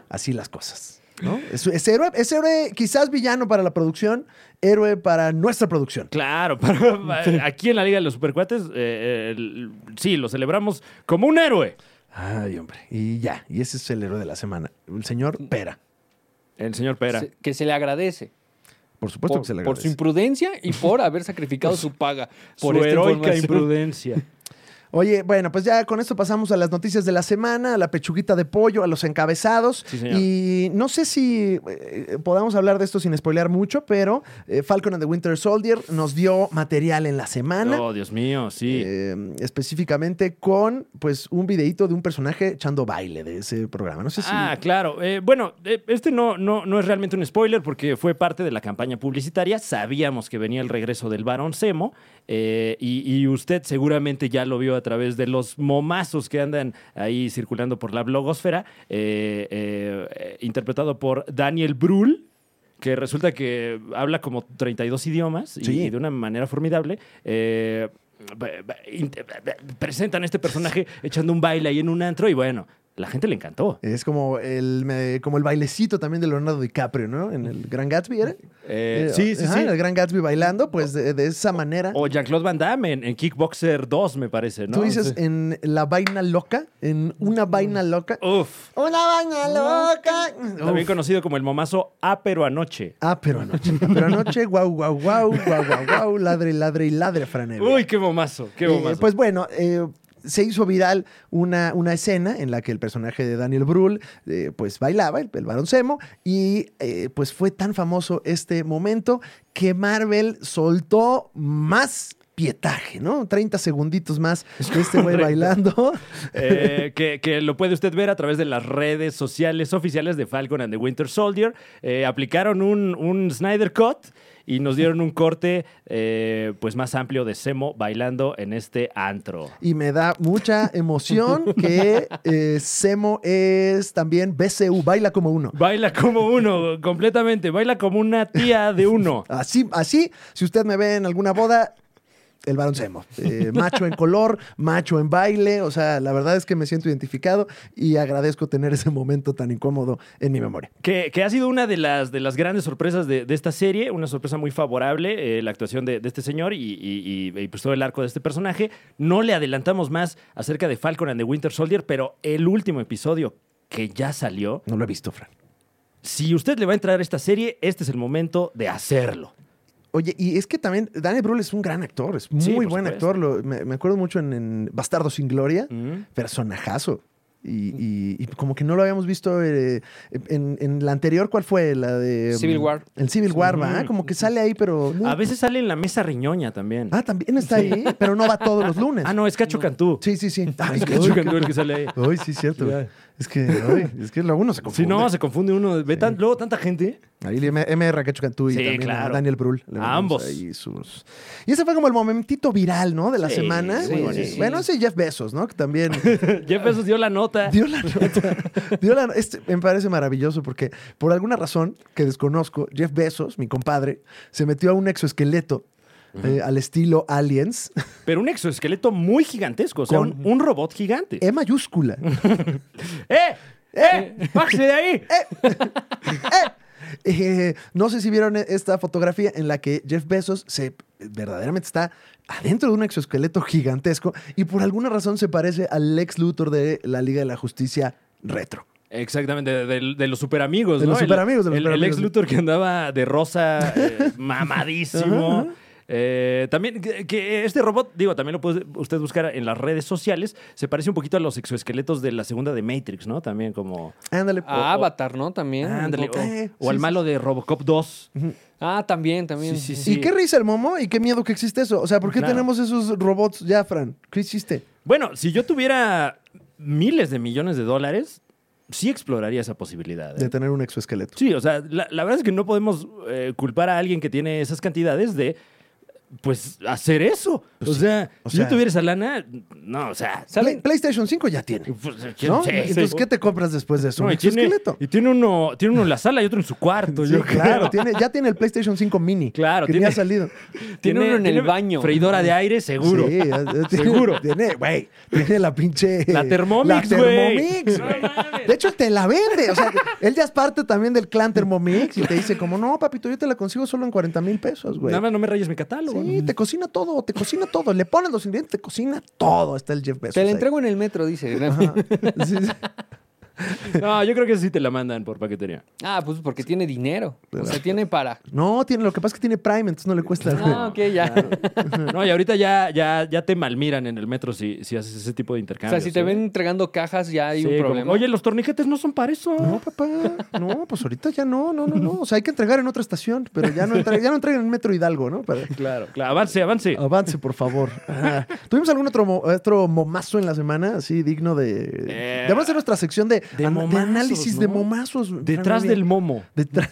así las cosas. ¿no? Es, es héroe, es héroe, quizás villano para la producción, héroe para nuestra producción. Claro, para- para- aquí en la Liga de los Supercuates, eh, el- sí, lo celebramos como un héroe. Ay, hombre. Y ya, y ese es el héroe de la semana. El señor Pera. El señor Pera. Se- que se le agradece. Por supuesto por, que se le por su agradece. imprudencia y por haber sacrificado su paga. Por Su esta heroica información. imprudencia. Oye, bueno, pues ya con esto pasamos a las noticias de la semana, a la pechuguita de pollo, a los encabezados. Sí, señor. Y no sé si eh, podamos hablar de esto sin spoilear mucho, pero eh, Falcon and the Winter Soldier nos dio material en la semana. Oh, Dios mío, sí. eh, específicamente con pues un videíto de un personaje echando baile de ese programa. No sé si. Ah, claro. Eh, bueno, eh, este no, no, no es realmente un spoiler porque fue parte de la campaña publicitaria. Sabíamos que venía el regreso del Barón Semo eh, y, y usted seguramente ya lo vio a través de los momazos que andan ahí circulando por la blogosfera, eh, eh, eh, interpretado por Daniel Brühl que resulta que habla como 32 idiomas y, Sí. de una manera formidable. Eh, b- b- in- b- b- presentan a este personaje echando un baile ahí en un antro y bueno, la gente le encantó. Es como el, me- como el bailecito también de Leonardo DiCaprio, ¿no? En el Gran Gatsby, ¿era? Eh, Eh, sí, sí, ajá, sí. En el Gran Gatsby bailando, pues de, de esa manera. O Jean-Claude Van Damme en, en Kickboxer 2, me parece, ¿no? Tú dices Sí. en la vaina loca, en una vaina loca. Uf. Una vaina loca. También eh, Uf. conocido como el momazo Ah, pero anoche. Ah, pero anoche. Pero anoche, guau, guau, guau, guau, guau, guau, ladre, ladre y ladre, Fran Evia. Uy, qué momazo, qué Eh, momazo. pues bueno, eh, se hizo viral una, una escena en la que el personaje de Daniel Brühl eh, pues bailaba, el, el varón Semo, y eh, pues fue tan famoso este momento que Marvel soltó más pietaje, ¿no? 30 segunditos más de este güey correcto. bailando. Eh, que, que lo puede usted ver a través de las redes sociales oficiales de Falcon and the Winter Soldier. Eh, aplicaron un, un Snyder Cut y nos dieron un corte eh, pues más amplio de Semo bailando en este antro. Y me da mucha emoción que eh, Semo es también BCU, baila como uno. Baila como uno, completamente. Baila como una tía de uno. Así, así, si usted me ve en alguna boda, el varón Semo. Eh, macho en color, macho en baile. O sea, la verdad es que me siento identificado y agradezco tener ese momento tan incómodo en mi memoria. Que, que ha sido una de las, de las grandes sorpresas de, de esta serie, una sorpresa muy favorable, eh, la actuación de, de este señor y, y- y- y, pues todo el arco de este personaje. No le adelantamos más acerca de Falcon and the Winter Soldier, pero el último episodio que ya salió, No lo he visto, Fran. si usted le va a entrar a esta serie, este es el momento de hacerlo. Oye, y es que también Daniel Brühl es un gran actor, es muy Sí, por buen supuesto. actor. Lo- me, me acuerdo mucho en, en Bastardo sin Gloria, personajazo. Y, y- y como que no lo habíamos visto eh, en, en la anterior, ¿cuál fue? La de... mm, Civil War. En Civil War, Ujú. ¿va? Como que sale ahí, pero... muy- A veces sale en la mesa riñoña también. Ah, también está ahí, pero no va todos los lunes. Ah, no, es Cacho Cantú. Sí, sí, sí. Ay, Es qué Cacho chica. Cantú el que sale ahí. Ay, sí, cierto. güey. Es que, ay, es que luego uno se confunde. Si no, se confunde uno. Ve tan- luego tanta gente. Ahí le M- MR Cacho Cantú y Sí, también a claro. Daniel Brühl. Le A mandamos ambos. ahí sus- Y ese fue como el momentito viral, ¿no? De la Sí, semana. sí, Eh, buenísimo. Bueno, ese Jeff Bezos, ¿no? Que también Jeff Bezos dio la nota. dio la nota. Dio la- este me parece maravilloso porque por alguna razón que desconozco, Jeff Bezos, mi compadre, se metió a un exoesqueleto eh, al estilo Aliens, Pero un exoesqueleto muy gigantesco, o sea, Con- un, un robot gigante. E mayúscula. ¡Eh! ¡Eh! ¡Bájese de ahí! Eh, no sé si vieron esta fotografía en la que Jeff Bezos se verdaderamente está adentro de un exoesqueleto gigantesco y por alguna razón se parece al ex Luthor de la Liga de la Justicia retro. Exactamente, de, de- de los superamigos, De ¿no? los El- superamigos, de los el, el superamigos. ex Luthor que andaba de rosa, eh, mamadísimo. Eh, también, que, que este robot, digo, también lo puede usted buscar en las redes sociales. Se parece un poquito a los exoesqueletos de la segunda de Matrix, ¿no? También como... Ándale. A po- Ah, Avatar, ¿no? También. un Ah, Ándale, Oh, poco. o, Eh, o al sí, malo de Robocop 2. Ah, también, también. Sí, sí, sí. y qué risa el momo y qué miedo que existe eso. O sea, ¿por qué Claro. tenemos esos robots ya, Fran? ¿Qué hiciste? Bueno, si yo tuviera miles de millones de dólares, sí exploraría esa posibilidad. ¿eh? De tener un exoesqueleto. Sí, o sea, la, la verdad es que no podemos eh, culpar a alguien que tiene esas cantidades de pues, hacer eso. Pues o, sí. sea, O si sea- yo tuviera esa lana, no, o sea. ¿Saben? Play- PlayStation 5 ya tiene. pues, ¿quién ¿no? sé? Entonces, ¿qué te compras después de eso? No, ¿Un y, tiene, exoesqueleto? y tiene uno, tiene uno en la sala y otro en su cuarto. Sí, yo creo. claro, tiene, ya tiene el PlayStation 5 mini. Claro, que ni tiene- ha salido. Tiene uno en el baño. Freidora de aire, seguro. Sí, ya- ya tiene- Seguro. Tiene, güey, tiene la pinche. La Thermomix, la güey. Thermomix, No güey. mames. De hecho, te la vende. O sea, él ya es parte también del clan Thermomix y te dice, como, no, papito, yo te la consigo solo en 40 mil pesos, güey. Nada más no me rayes mi catálogo. Sí, te cocina todo, te cocina todo. Le pones los ingredientes, te cocina todo. Está el Jeff Bezos. Te la ahí. entrego en el metro, dice. Ajá. Sí, sí. No, yo creo que sí te la mandan por paquetería. Ah, pues porque tiene dinero. O sea, tiene para. No, tiene, lo que pasa es que tiene Prime, entonces no le cuesta. Ah, ok, ya. No, y ahorita ya, ya, ya te malmiran en el metro si, si haces ese tipo de O intercambio. sea, si te ven entregando cajas, ya hay un problema. Oye, los torniquetes no son para eso. No, papá. No, pues ahorita ya no, no, no, no. O sea, hay que entregar en otra estación, pero ya no, entre- ya no entreguen en Metro Hidalgo, ¿no? Para- Claro, claro. Avance, avance. Avance, por favor. Ajá. ¿Tuvimos algún otro, mo- otro momazo en la semana? Así, digno de. Eh, Debemos hacer nuestra sección de, de an- de momazos, análisis ¿no? de momazos. Detrás Fran, muy bien. del momo. Detrás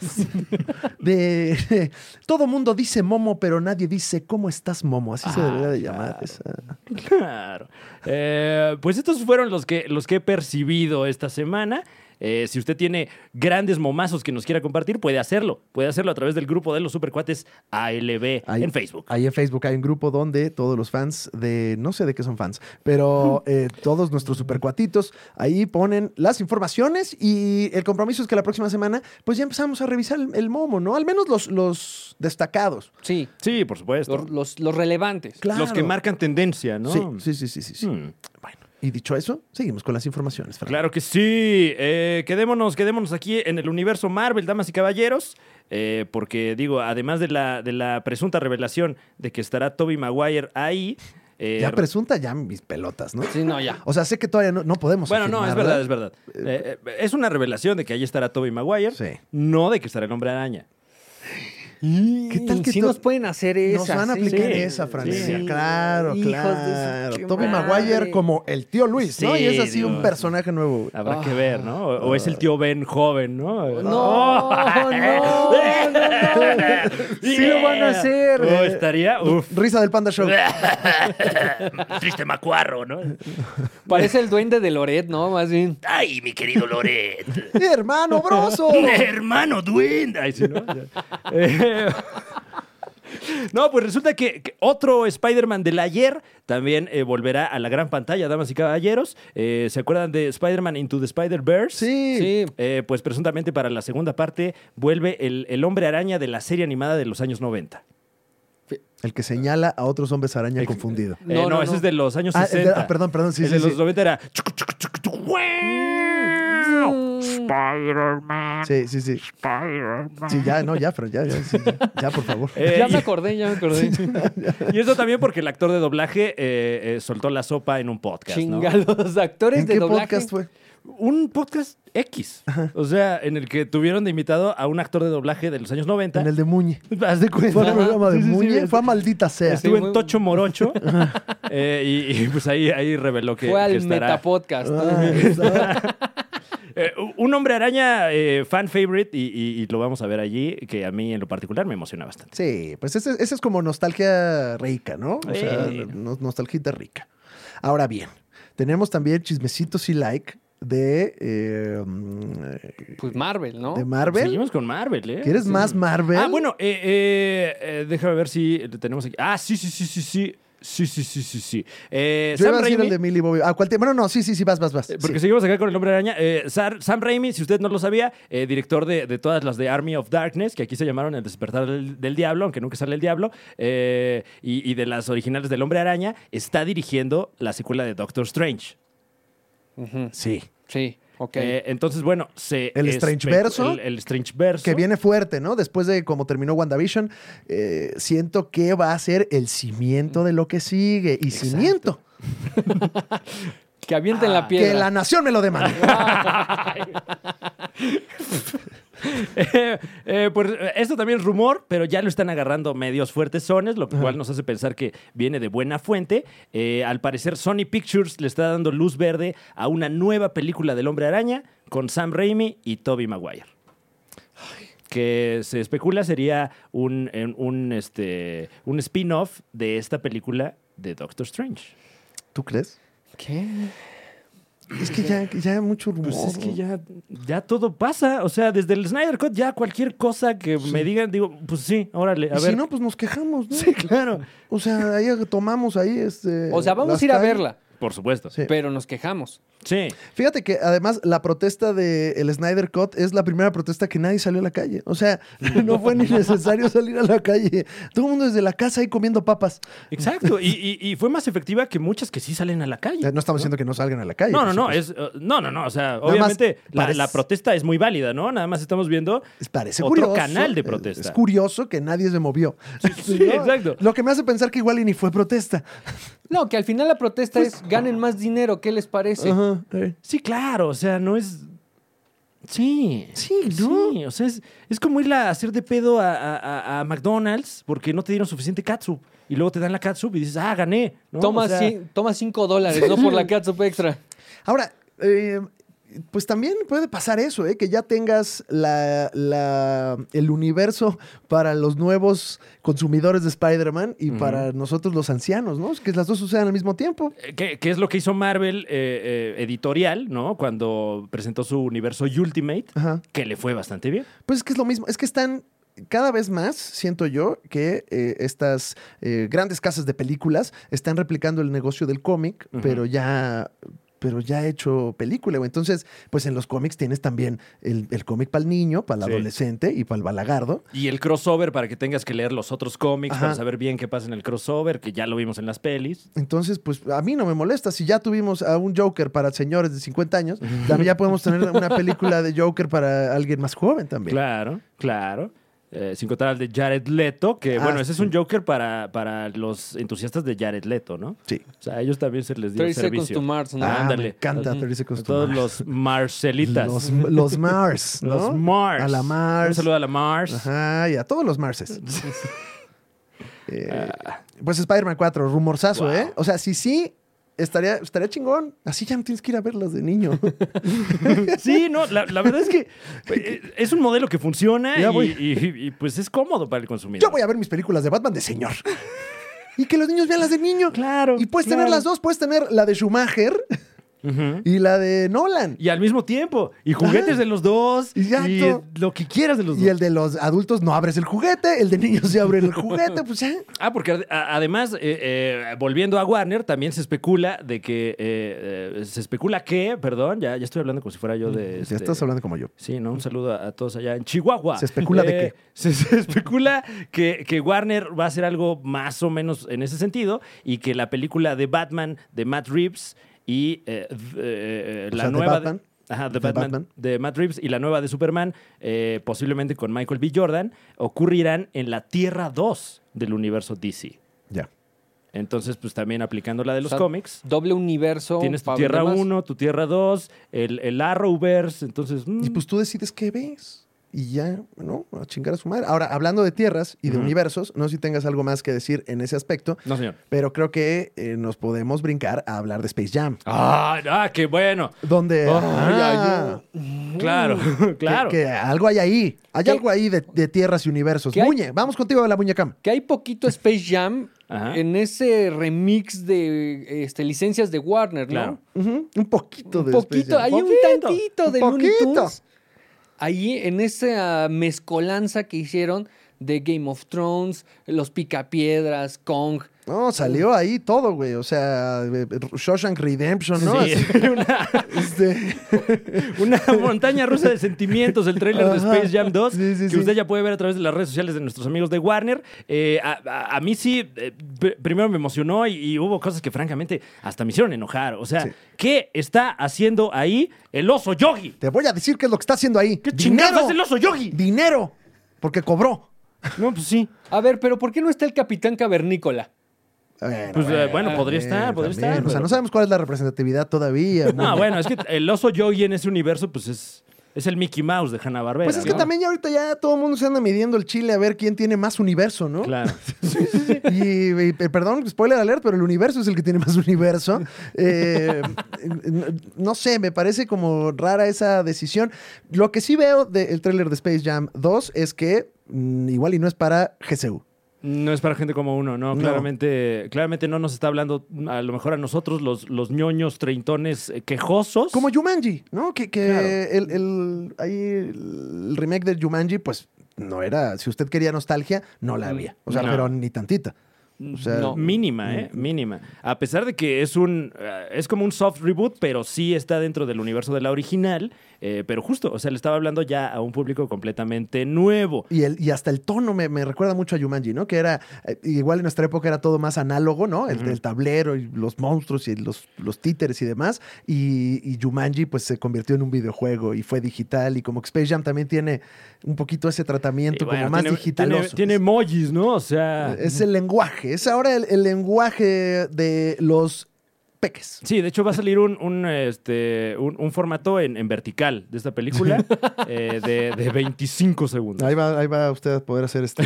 de. Todo mundo dice momo, pero nadie dice cómo estás, momo. Así se Ah, debería de claro. llamar. esa- Claro. Eh, pues estos fueron los que, los que he percibido esta semana. Eh, si usted tiene grandes momazos que nos quiera compartir, puede hacerlo. Puede hacerlo a través del grupo de los supercuates ALB Ahí- en Facebook. Ahí en Facebook hay un grupo donde todos los fans de, no sé de qué son fans, pero eh, todos nuestros supercuatitos ahí ponen las informaciones y el compromiso es que la próxima semana pues ya empezamos a revisar el, el momo, ¿no? Al menos los, los destacados. Sí, Sí, por supuesto. los, los- los relevantes. Claro. Los que marcan tendencia, ¿no? Sí, sí, sí, sí, sí. sí. Hmm. Bueno, y dicho eso, seguimos con las informaciones. Fran. Claro que sí. Eh, quedémonos, quedémonos aquí en el universo Marvel, damas y caballeros. Eh, porque, digo, además de la, de la presunta revelación de que estará Toby Maguire ahí. eh, Ya presunta ya mis pelotas, ¿no? Sí, no, ya. O sea, sé que todavía no, no podemos. Bueno, no, afirmar, es verdad, es verdad. Eh, eh, es una revelación de que allí estará Toby Maguire, Sí. no de que estará el hombre araña. ¿Qué tal que sí to- nos pueden hacer Nos esa? van a aplicar sí. esa, Francia. Sí. Claro, Hijos de su claro. pinche Tommy Maguire madre. como el tío Luis, ¿no? Sí, Y es así Dios. un personaje nuevo. güey. Habrá Ah. que ver, ¿no? O, o es el tío Ben joven, ¿no? No, no, no, no. Sí lo van a hacer. O Oh, estaría, uf. Risa del Panda Show. Triste macuarro, ¿no? Parece el duende de Loret, ¿no? Más bien. Ay, mi querido Loret. Hermano Broso. Hermano duende. Ay, sí, ¿no? Eh, No, pues resulta que, que otro Spider-Man del ayer también eh, volverá a la gran pantalla, damas y caballeros. Eh, ¿Se acuerdan de Spider-Man Into the Spider-Verse? Sí. Sí. Eh, pues presuntamente para la segunda parte vuelve el, el hombre araña de la serie animada de los años Eh, 90. El que señala a otros hombres araña confundido. Eh, No, no, no, ese no. es de los años Ah, el de- 60. ah, perdón, perdón, sí, el sí, de sí. los 90 era... chucu, chucu, chucu, chucu, Mm. guau. Spider-Man. Sí, sí, sí. Spider-Man. Sí, ya, no, ya, Fran, ya, ya, sí, ya, Ya, por favor. Eh, ya y- me acordé, ya me acordé. Y eso también porque el actor de doblaje eh, eh, soltó la sopa en un podcast, ¿no? Chinga, los actores ¿En de qué doblaje. podcast fue? Un podcast X. O sea, en el que tuvieron de invitado a un actor de doblaje de los años 90. En el de Muñe. Haz de cuenta. Fue el programa de Sí, sí, sí, Muñe. es- Fue a maldita sea. Estuvo Sí, muy- en Tocho Morocho. eh, y, y, pues ahí, ahí reveló que, Fue que al estará. Metapodcast. Ah, está- Eh, un hombre araña eh, fan favorite y, y- y lo vamos a ver allí, que a mí en lo particular me emociona bastante. Sí, pues ese- esa es como nostalgia rica, ¿no? O sea, Sí. no- nostalgia rica. Ahora bien, tenemos también chismecitos y like de, eh, mm, eh, Pues Marvel, ¿no? de Marvel. Seguimos con Marvel, ¿eh? ¿Quieres Sí. más Marvel? Ah, bueno, eh, eh, eh, déjame ver si lo tenemos aquí. Ah, sí, sí, sí, sí, sí. Sí, sí, sí, sí, sí. Eh, Yo Sam iba a decir Raimi- el de Millie Bobby. Ah, ¿cuál te- Bueno, no, sí, sí, sí, vas, vas, vas. eh, Porque Sí. seguimos acá con el hombre araña. Eh, Sar- Sam Raimi, si usted no lo sabía, eh, director de, de todas las de Army of Darkness, que aquí se llamaron El despertar del, del diablo, aunque nunca sale el diablo, eh, y, y de las originales del hombre araña, está dirigiendo la secuela de Doctor Strange. Ujú. Sí. Sí, ok. Eh, entonces, bueno, se. El espe- Strangeverso. El, el Strangeverso. Que viene fuerte, ¿no? Después de cómo terminó WandaVision, eh, siento que va a ser el cimiento de lo que sigue. Y Exacto. cimiento. que avienten Ah. la piedra. Que la nación me lo demanda. Eh, eh, pues eh, esto también es rumor, pero ya lo están agarrando medios fuertes sones, lo cual nos hace pensar que viene de buena fuente. Eh, al parecer, Sony Pictures le está dando luz verde a una nueva película del Hombre Araña con Sam Raimi y Toby Maguire. que se especula sería un, en- un, este, un spin-off de esta película de Doctor Strange. ¿Tú crees? ¿Qué? Es que ya, ya hay mucho rumor. Pues es que ya, ya todo pasa. O sea, desde el Snyder Cut, ya cualquier cosa que me digan, digo, pues sí, órale, a Y ver. si no, pues nos quejamos, ¿no? Sí, claro. O sea, ahí tomamos ahí este. O sea, vamos las a ir a calles. verla, Por supuesto. Sí. pero nos quejamos. Sí. Fíjate que además la protesta de el Snyder Cut es la primera protesta que nadie salió a la calle. O sea, no fue ni necesario salir a la calle. Todo el mundo desde la casa ahí comiendo papas. Exacto. y, y- y fue más efectiva que muchas que sí salen a la calle. Eh, No estamos diciendo que no salgan a la calle. No, no, por no, supuesto. es, eh, no, no, no, o sea, más obviamente la, parece- la protesta es muy válida, ¿no? Nada más estamos viendo Parece otro curioso. canal de eh, protesta. Es curioso que nadie se movió. sí, ¿No? exacto. Lo que me hace pensar que igual y ni fue protesta. No, que al final la protesta es ganen más dinero, ¿qué les parece? Pues Ajá, eh. Sí, claro, o sea, no es. Sí. Sí, ¿no? Sí, o sea, es, es como ir a hacer de pedo a, a- a- a McDonald's porque no te dieron suficiente catsup. Y luego te dan la catsup y dices, ah, gané. ¿no? Toma, O sea, cien- toma cinco dólares, no por la catsup extra. Ahora, eh, pues también puede pasar eso, ¿eh? que ya tengas la, la- el universo para los nuevos consumidores de Spider-Man y Ujú. para nosotros los ancianos, ¿no? Que las dos sucedan al mismo tiempo. eh, ¿Qué, qué es lo que hizo Marvel eh, eh, editorial, ¿no? Cuando presentó su universo Ultimate, Ajá. que le fue bastante bien. Pues es que es lo mismo, es que están cada vez más, siento yo, que eh, estas eh, grandes casas de películas están replicando el negocio del cómic, Ujú. pero ya pero ya hecho película, güey. Entonces, pues en los cómics tienes también el, el cómic para el niño, para el Sí. adolescente y para el balagardo. Y el crossover para que tengas que leer los otros cómics Ajá. para saber bien qué pasa en el crossover, que ya lo vimos en las pelis. Entonces, pues a mí no me molesta. Si ya tuvimos a un Joker para señores de 50 años, también ya podemos tener una película de Joker para alguien más joven también. Claro, claro. Eh, sin contar al de Jared Leto, que Ah, bueno, ese es un Joker para, para los entusiastas de Jared Leto, ¿no? Sí. O sea, a ellos también se les dio 30 seconds to servicio. Mars, ¿no? Ah, Mm, Ándale. me encanta Ujú. 30 Seconds A to todos Mars. los Marcelitas. Los, Los, los Mars. ¿no? Mars. A la Mars. Un saludo a la Mars. Ajá, y a todos los Marses. Eh, Ah. pues Spider-Man 4, rumorzazo, Wow. ¿eh? O sea, si sí, estaría, estaría chingón. Así ya no tienes que ir a verlas de niño. Sí, no, la, la verdad es que eh, es un modelo que funciona Ya y, voy. y- y, pues es cómodo para el consumidor. Yo voy a ver mis películas de Batman de señor. Y que los niños vean las de niño. Claro. Y puedes claro. tener las dos, puedes tener la de Schumacher Ujú. y la de Nolan. Y al mismo tiempo. Y juguetes Ajá. de los dos. Y eh, Exacto. lo que quieras de los Y dos. el de los adultos no abres el juguete, el de niños se abre el juguete, pues ya. Ah, porque ad- a- además, eh, eh, volviendo a Warner, también se especula de que. eh, eh, se especula que, perdón, ya, ya estoy hablando como si fuera yo de. Ya este- estás hablando como yo. Sí, ¿no? Un saludo a, a todos allá en Chihuahua. Eh, ¿Se especula de qué? Se, se especula que, que Warner va a hacer algo más o menos en ese sentido y que la película de Batman de Matt Reeves y eh, th- eh, eh, O la sea, de nueva. de- Batman. Ajá, The De Batman, Batman. de Matt Reeves y la nueva de Superman, eh, posiblemente con Michael B. Jordan, ocurrirán en la Tierra 2 del universo DC. Ya. Entonces, pues también aplicando la de los O sea, cómics. Doble universo. Tienes tu pa' Tierra vender más. 1, tu Tierra 2, el, el Arrowverse, entonces... mm. Y pues tú decides qué ves. Y ya, ¿no? A chingar a su madre. Ahora, hablando de tierras y de Ujú. universos, no sé si tengas algo más que decir en ese aspecto, No, señor. pero creo que eh, nos podemos brincar a hablar de Space Jam. Ah, ah, qué bueno. Donde. Oh, ah, Claro, que- claro. Que, algo hay ahí. Hay ¿Qué? algo ahí de, de tierras y universos. ¿Qué hay? Muñe, vamos contigo a la muñecam. Que hay poquito Space Jam Ajá. en ese remix de este, licencias de Warner, ¿no? Claro. Ujú, Un poquito Un de Space poquito, Jam. hay un Poquito, tantito de un Looney poquito. Tunes. Ahí en esa mezcolanza que hicieron de Game of Thrones, los Picapiedras, Kong. No, salió ahí todo, güey. O sea, eh, Shawshank Redemption, ¿no? Sí, Así, una, este, una montaña rusa de sentimientos, el tráiler de Ajá. Space Jam 2, Sí, sí, que sí. usted ya puede ver a través de las redes sociales de nuestros amigos de Warner. Eh, a, a- a mí sí, eh, pr- primero me emocionó y, y hubo cosas que francamente hasta me hicieron enojar. O sea, Sí. ¿qué está haciendo ahí el oso yogi? te voy a decir qué es lo que está haciendo ahí. ¿Qué chingados ¡Dinero! hace el oso yogi? Dinero. Porque cobró. No, pues sí. A ver, pero ¿por qué no está el Capitán Cavernícola? Bueno, Pues eh, bueno, podría también, estar, podría también. estar. O sea, pero- no sabemos cuál es la representatividad todavía. No, Muñe. bueno, es que el oso yogi en ese universo, pues es. Es el Mickey Mouse de Hanna-Barbera. Pues es que ¿no? también ya ahorita ya todo el mundo se anda midiendo el chile a ver quién tiene más universo, ¿no? Claro. Y, y, eh, perdón, spoiler alert, pero el universo es el que tiene más universo. Eh, no, no sé, me parece como rara esa decisión. Lo que sí veo del tráiler de Space Jam 2 es que mm, igual y no es para GCU. No es para gente como uno, no, No. Claramente, claramente no nos está hablando, a lo mejor a nosotros, los, los ñoños treintones eh, quejosos. Como Jumanji, ¿no? Que, que Claro. el, el- ahí el remake de Jumanji, pues no era. Si usted quería nostalgia, no la había. O sea, Mm, No. pero ni tantita. O sea, No. Mínima, ¿eh? Mínima. A pesar de que es un. eh, es como un soft reboot, pero sí está dentro del universo de la original. eh, pero justo, o sea, le estaba hablando ya a un público completamente nuevo. Y, el, y hasta el tono me, me recuerda mucho a Jumanji, ¿no? Que era, eh, igual en nuestra época era todo más análogo, ¿no? El, el tablero y los monstruos y los, los títeres y demás. Y, y Jumanji pues se convirtió en un videojuego y fue digital. Y como que Space Jam también tiene un poquito ese tratamiento Y bueno, como más tiene- digitaloso. Tiene, tiene emojis, ¿no? O sea. Es el lenguaje, es ahora el, el lenguaje de los peques. Sí, de hecho va a salir un, un, este, un, un formato en, en vertical de esta película eh, de, de 25 segundos. Ahí va, ahí va usted a poder hacer este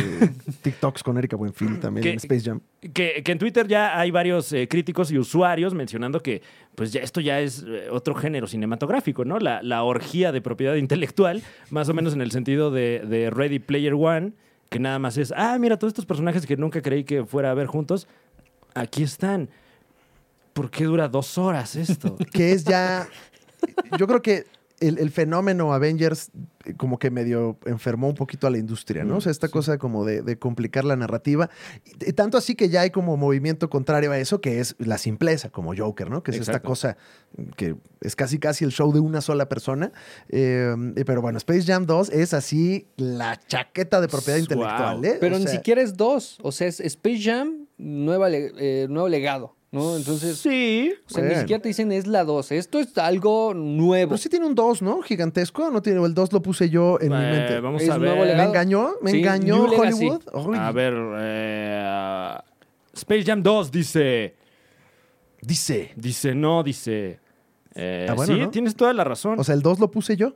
TikToks con Erika Buenfil también ¿Qué? en Space Jam. Que, que en Twitter ya hay varios eh, críticos y usuarios mencionando que pues ya esto ya es eh, otro género cinematográfico, ¿no? La, la orgía de propiedad intelectual, más o menos en el sentido de, de Ready Player One, que nada más es, ah, mira, todos estos personajes que nunca creí que fuera a ver juntos, aquí están. ¿Por qué dura dos horas esto? que es ya. Yo creo que el, el fenómeno Avengers eh, como que medio enfermó un poquito a la industria, ¿no? O Mm, sea, esta cosa como de, de complicar la narrativa. Y- y tanto así que ya hay como movimiento contrario a eso, que es la simpleza, como Joker, ¿no? Que es esta Exacto. cosa que es casi casi el show de una sola persona. Eh, eh, pero bueno, Space Jam 2 es así la chaqueta de propiedad Wow. intelectual, ¿eh? Pero O ni sea, siquiera es dos. O sea, es Space Jam, nueva le- eh, nuevo legado, ¿no? Entonces, sí. o sea, bueno. ni siquiera te dicen es la dos. Esto es algo nuevo. Pero pues sí tiene un 2, ¿no? Gigantesco. No tiene, el 2 lo puse yo en mi Eh, mente. vamos Es a nuevo ver. ¿Me legado. engañó? ¿Me Sí, engañó New Legacy. Hollywood? Ay, A ver, eh, Space Jam 2 dice... Dice. Dice, no, dice. Eh, Está Ah, bueno, sí, ¿no? tienes toda la razón. O sea, el 2 lo puse yo.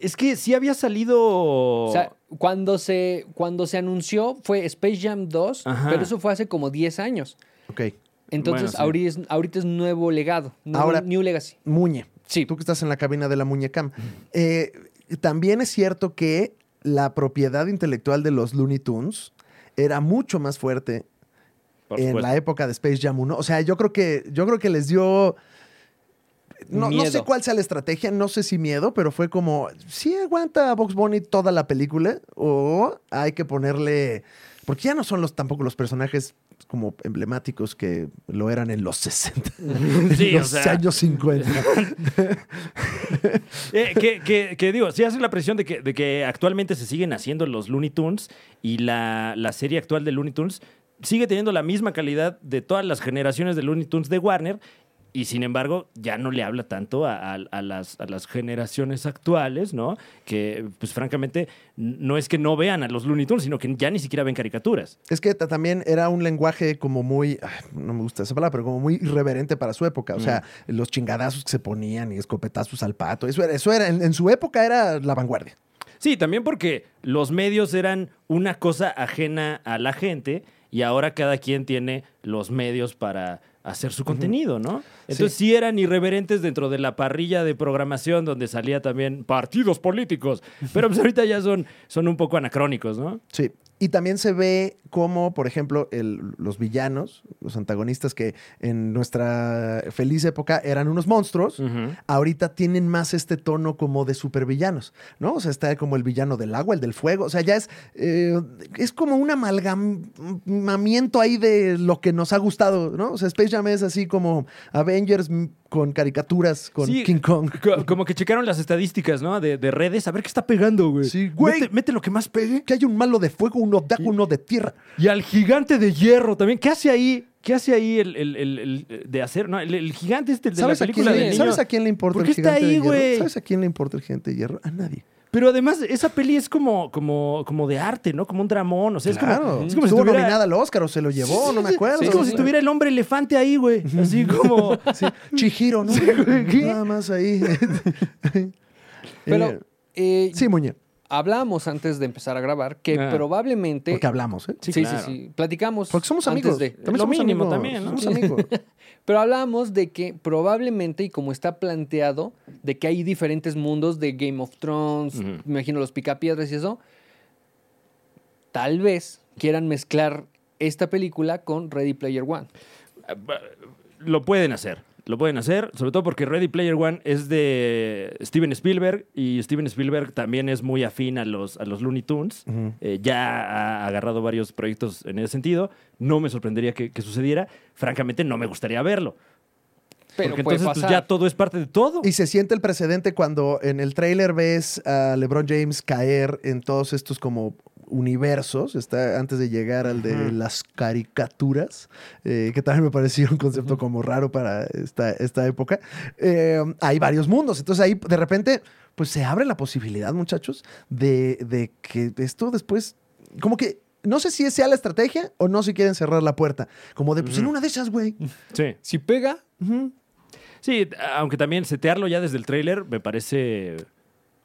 es que sí había salido. O sea, cuando se, cuando se anunció fue Space Jam 2, Ajá. pero eso fue hace como 10 años. Ok. Entonces, Bueno, sí. ahorita, es, ahorita es nuevo legado. nuevo- Ahora- New Legacy. Muñe. Sí. Tú que estás en la cabina de la Muñecam. Eh, también es cierto que la propiedad intelectual de los Looney Tunes era mucho más fuerte por en supuesto. la época de Space Jam 1. O sea, yo creo que, yo creo que les dio. No, no sé Miedo. cuál sea la estrategia, no sé si miedo, pero fue como, si aguanta Box Bunny toda la película o hay que ponerle, porque ya no son los tampoco los personajes como emblemáticos que lo eran en los 60, Sí, en o los sea. años 50. Eh, que, que- que digo, sí hace la presión de que, de que actualmente se siguen haciendo los Looney Tunes y la, la serie actual de Looney Tunes sigue teniendo la misma calidad de todas las generaciones de Looney Tunes de Warner y sin embargo ya no le habla tanto a, a- a las, a las generaciones actuales, ¿no? Que pues francamente n- no es que no vean a los Looney Tunes, sino que ya ni siquiera ven caricaturas. Es que ta- también era un lenguaje como muy, ay, no me gusta esa palabra, pero como muy irreverente para su época. O sea, Mm. los chingadazos que se ponían y escopetazos al pato. Eso era, eso era en, en su época era la vanguardia. Sí, también porque los medios eran una cosa ajena a la gente y ahora cada quien tiene los medios para hacer su contenido, ¿no? Entonces sí. eran irreverentes dentro de la parrilla de programación donde salía también partidos políticos, pero pues ahorita ya son, son un poco anacrónicos, ¿no? Sí. Y también se ve como, por ejemplo, el- los villanos, los antagonistas que en nuestra feliz época eran unos monstruos. Ahorita tienen más este tono como de supervillanos, ¿no? O sea, está como el villano del agua, el del fuego. O sea, ya es, eh, es como un amalgamamiento ahí de lo que nos ha gustado, ¿no? O sea, Space Jam es así como Avengers m- con caricaturas, con Sí. King Kong. Co- Como que checaron las estadísticas, ¿no? De, de redes, a ver qué está pegando, güey. Sí, güey. Mete, mete lo que más pegue. Que hay un malo de fuego, uno de agua, uno de tierra. Y al gigante de hierro también. ¿Qué hace ahí? ¿Qué hace ahí el, el- el- el de hacer? No, el, el gigante este el de la ¿Sabes a, quién película le, del niño. sabes a quién le importa ¿Por el qué está gigante de ahí, hierro? güey? ¿Sabes a quién le importa el gigante de hierro? A nadie. Pero además, esa peli es como, como, como de arte, ¿no? Como un dramón. O sea, es claro. como, es como si Estuvo estuviera- nominada al Oscar o se lo llevó, no me acuerdo. Es como si Sí. estuviera el hombre elefante ahí, güey. Así como. Sí, Chihiro, ¿no? Sí, güey, ¿qué? Nada más ahí. Pero Eh, eh, Sí, Muñe. hablamos antes de empezar a grabar que Ah. probablemente. Porque hablamos, ¿eh? sí, claro. sí, sí. Platicamos. Porque somos antes amigos. de- Lo somos mínimo amigos, también, ¿no? somos amigos. Pero hablamos de que probablemente, y como está planteado, de que hay diferentes mundos de Game of Thrones, Ujú. me imagino los picapiedras y eso, tal vez quieran mezclar esta película con Ready Player One. Lo pueden hacer. Lo pueden hacer, sobre todo porque Ready Player One es de Steven Spielberg y Steven Spielberg también es muy afín a los, a los Looney Tunes. Ujú. Eh, ya ha agarrado varios proyectos en ese sentido. No me sorprendería que, que sucediera. Francamente, no me gustaría verlo. Pero porque puede entonces pues, pasar. ya todo es parte de todo. Y se siente el precedente cuando en el tráiler ves a LeBron James caer en todos estos como universos, está antes de llegar al de Ujú. las caricaturas, eh, que también me pareció un concepto como raro para esta, esta época. Eh, hay varios mundos, entonces ahí de repente pues se abre la posibilidad, muchachos, de, de que esto después, como que... No sé si sea la estrategia o no si quieren cerrar la puerta. Como de, pues en Ujú. una de esas, güey. Sí. Si pega, Ujú. Sí, aunque también setearlo ya desde el tráiler me parece,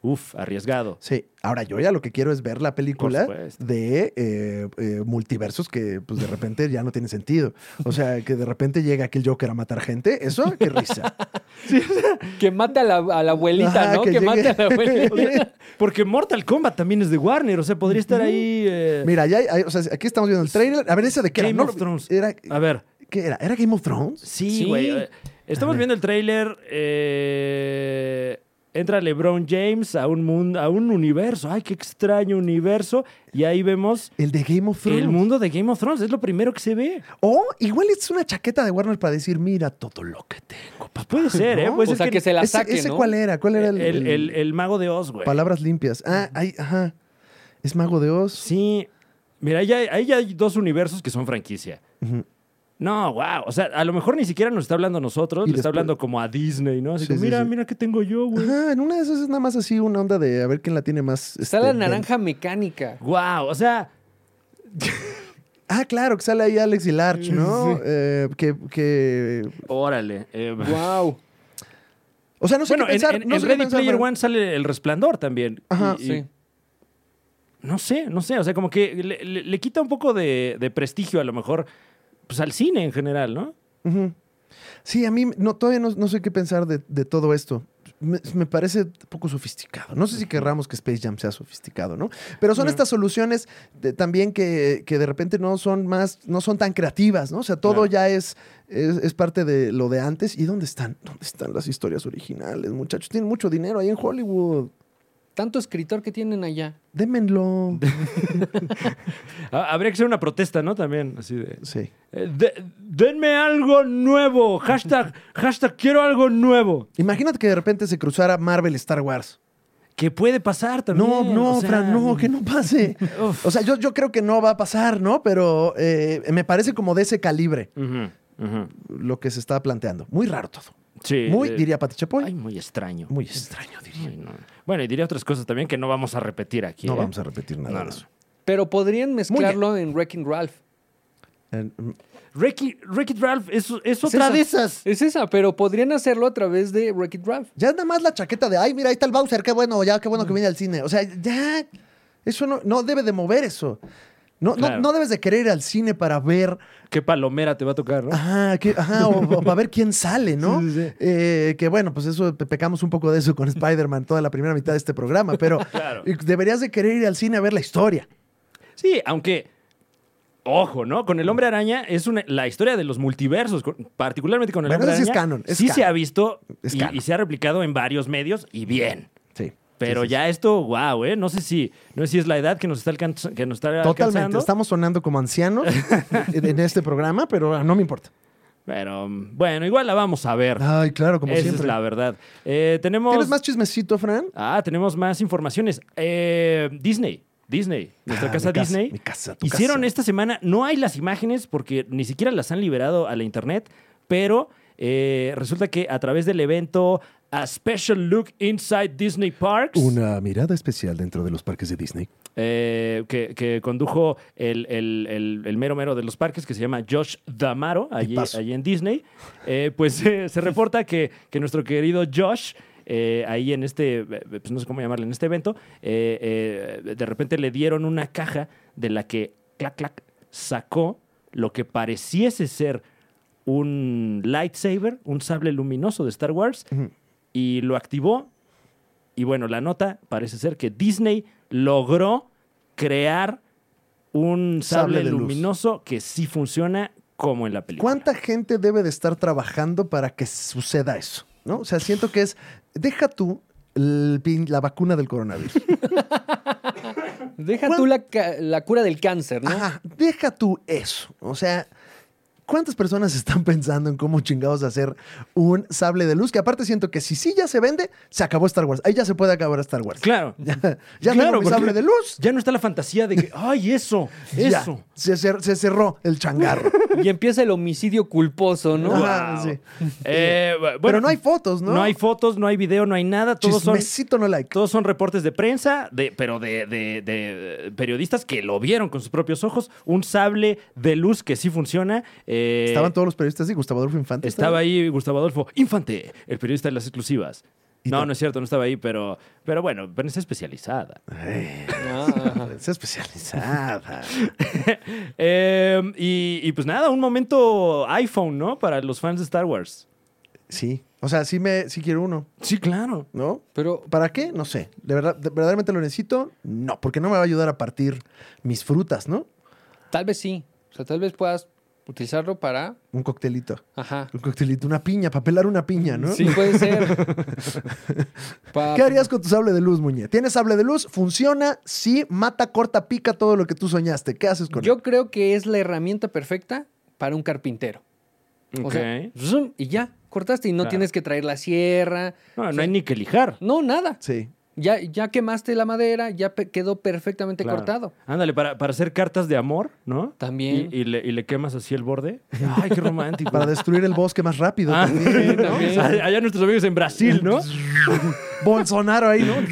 uf, arriesgado. Sí, ahora yo ya lo que quiero es ver la película Por supuesto. de eh, eh, multiversos que pues de repente ya no tiene sentido. O sea, que de repente llega aquel Joker a matar gente, eso, qué risa. que mate a la, a la abuelita, Ajá, ¿no? que Que, mate llegue. a la abuelita. Porque Mortal Kombat también es de Warner, o sea, podría estar ahí... eh, Mira, ya hay- hay- o sea, aquí estamos viendo el trailer. A ver, ¿esa de qué Game era? of lo- Thrones. Era, a ver, ¿Qué era? ¿Era Game of Thrones? sí, Sí. güey. eh, Estamos viendo el tráiler. eh, entra LeBron James a un, mundo, a un universo. Ay, qué extraño universo. Y ahí vemos El de Game of Thrones. el mundo de Game of Thrones. Es lo primero que se ve. O igual es una chaqueta de Warner para decir, mira todo lo que tengo. papá". Puede ser, ¿eh? ¿No? Pues o es sea, que, se la ¿Ese, saque, ese ¿no? cuál era? ¿Cuál era el, el, el- el mago de Oz, güey. Palabras limpias. Ah, ahí, ajá. Es Mago de Oz. Sí. Mira, ahí ya, ahí ya hay dos universos que son franquicia. Ujú. No, wow. O sea, a lo mejor ni siquiera nos está hablando a nosotros, Y le está después- hablando como a Disney, ¿no? Así Sí, como, sí, mira, sí. mira qué tengo yo, güey. Ajá, en una de esas es nada más así una onda de a ver quién la tiene más. Está este, la ven- naranja mecánica. Wow, o sea, Ah, claro, que sale ahí Alex y Larch, Mm, ¿no? Eh, que, que. órale. eh, Wow. O sea, no sé bueno, qué en, pensar. en- no en sé qué Ready pensar, Player pero- One sale el resplandor también. Ajá. Y- y- Sí. No sé, no sé. O sea, como que le, le- le quita un poco de, de prestigio a lo mejor pues, al cine en general, ¿no? Ujú. Sí, a mí no, todavía no, no sé qué pensar de, de todo esto. Me, me parece poco sofisticado. No sé si querramos que Space Jam sea sofisticado, ¿no? Pero son Ujú. estas soluciones de- también que, que de repente no son más, no son tan creativas, ¿no? O sea, todo Claro. ya es, es, es parte de lo de antes. ¿Y dónde están? ¿Dónde están las historias originales, muchachos? Tienen mucho dinero ahí en Hollywood. Tanto escritor que tienen allá. Démenlo. Ah, Habría que hacer una protesta, ¿no? También, así de... Sí. eh, de- denme algo nuevo. Hashtag, hashtag quiero algo nuevo. Imagínate que de repente se cruzara Marvel Star Wars. Que puede pasar también. no, no, o sea, Fran, no, que no pase. uf. O sea, yo, yo creo que no va a pasar, ¿no? Pero eh, me parece como de ese calibre Ujú, ujú. lo que se está planteando. Muy raro todo. Sí. Muy, eh, diría Pati Ay, Chapoy, muy extraño. muy extraño, diría. Ay, no. Bueno, y diría otras cosas también que no vamos a repetir aquí. No ¿eh? vamos a repetir nada No, de no. eso. Pero podrían mezclarlo en Wrecking Ralph. Eh, mm, Ricky, Ricky Ralph es, es otra esa. de esas. Es esa, pero podrían hacerlo a través de Wreck-It Ralph. Ya es nada más la chaqueta de, ay, mira, ahí está el Bowser, qué bueno, ya, qué Mm. bueno que viene al cine. O sea, ya, eso no, no debe de mover eso. No, no- Claro. no, debes de querer ir al cine para ver, Qué palomera te va a tocar, ¿no? ajá, qué- ajá, o, o para ver quién sale, ¿no? Sí, sí, sí. Eh, que bueno, pues eso pe- pecamos un poco de eso con Spider-Man toda la primera mitad de este programa, pero Claro. eh, deberías de querer ir al cine a ver la historia. Sí, aunque. Ojo, ¿no? Con el hombre araña es una, la historia de los multiversos, con- particularmente con el Bueno, hombre eso sí araña. es canon, es sí se canon. ha visto Es y- canon. y, se ha replicado en varios medios y bien. Sí. Pero ya esto, wow, ¿eh? No sé si, no sé si es la edad que nos está, alcanz- que nos está Totalmente, alcanzando. estamos sonando como ancianos en en este programa, pero no me importa. Pero mm, bueno, igual la vamos a ver. Ay, claro, como Esa siempre. es la verdad. Eh, tenemos. ¿Tienes más chismecito, Fran? Ah, tenemos más informaciones. Eh, Disney. Disney. Nuestra Ah, casa mi Disney. Mi casa, tu Hicieron casa. esta semana, no hay las imágenes porque ni siquiera las han liberado a la internet, pero eh, resulta que a través del evento A Special Look Inside Disney Parks, Una mirada especial dentro de los parques de Disney. eh, que, que condujo el, el- el- el mero mero de los parques que se llama Josh Damaro, allí, paso. allí en Disney, eh, pues eh, se reporta que, que nuestro querido Josh eh, ahí en este, eh, pues no sé cómo llamarle, en este evento, eh, eh, de repente le dieron una caja de la que, clac, clac, sacó lo que pareciese ser un lightsaber, un sable luminoso de Star Wars, Ujú. y lo activó. Y bueno, la nota parece ser que Disney logró crear un Sable sable, de luz. luminoso que sí funciona como en la película. ¿Cuánta gente debe de estar trabajando para que suceda eso? ¿No? O sea, siento que es, deja tú el pin- la vacuna del coronavirus. Deja ¿Cuán- tú la, ca- la cura del cáncer, ¿no? Ajá, deja tú eso. O sea, ¿cuántas personas están pensando en cómo chingados hacer un sable de luz? Que aparte siento que si sí ya se vende, se acabó Star Wars. Ahí ya se puede acabar Star Wars. Claro. Ya Claro, tengo mi porque- sable de luz. Ya no está la fantasía de que, ay, eso, Ya. eso. Se, cer- se cerró el changarro. Y empieza el homicidio culposo, ¿no? Ajá, Wow. sí. Eh, bueno, Pero no hay fotos, ¿no? no hay fotos, no hay video, no hay nada. Todos son, Chismecito no like. todos son reportes de prensa, de, pero de, de- de periodistas que lo vieron con sus propios ojos. Un sable de luz que sí funciona. eh, Estaban todos los periodistas y Gustavo Adolfo Infante. Estaba ahí Gustavo Adolfo Infante, el periodista de las exclusivas. Y No, tal. no es cierto, no estaba ahí, pero, pero bueno, prensa especializada. Ay, Ah, ajá. prensa especializada. Eh, y, y pues nada, un momento iPhone, ¿no? Para los fans de Star Wars. Sí. O sea, sí, me, sí quiero uno, Sí, claro. ¿no? Pero ¿Para qué? No sé. ¿De verdad, de- ¿Verdaderamente lo necesito? No, porque no me va a ayudar a partir mis frutas, ¿no? tal vez sí. O sea, tal vez puedas utilizarlo para. Un coctelito. Ajá. Un coctelito, una piña, para pelar una piña, ¿no? Sí, puede ser. Pa- ¿Qué harías con tu sable de luz, Muñe? ¿Tienes sable de luz? ¿Funciona? Sí, mata, corta, pica todo lo que tú soñaste. ¿Qué haces con él? Yo creo que es la herramienta perfecta para un carpintero. O sea, Ok. zoom, y ya, cortaste y no Claro. tienes que traer la sierra. No, no hay ni que lijar. No, nada. Sí. Ya, ya quemaste la madera, ya pe- quedó perfectamente Claro. cortado. Ándale, para, para hacer cartas de amor, ¿no? También. Y, y le, y le quemas así el borde. Ay, qué romántico. Para destruir el bosque más rápido. Ah, también, ¿no? también. Allá allá nuestros amigos en Brasil, ¿no? Bolsonaro ahí, ¿no? Eh,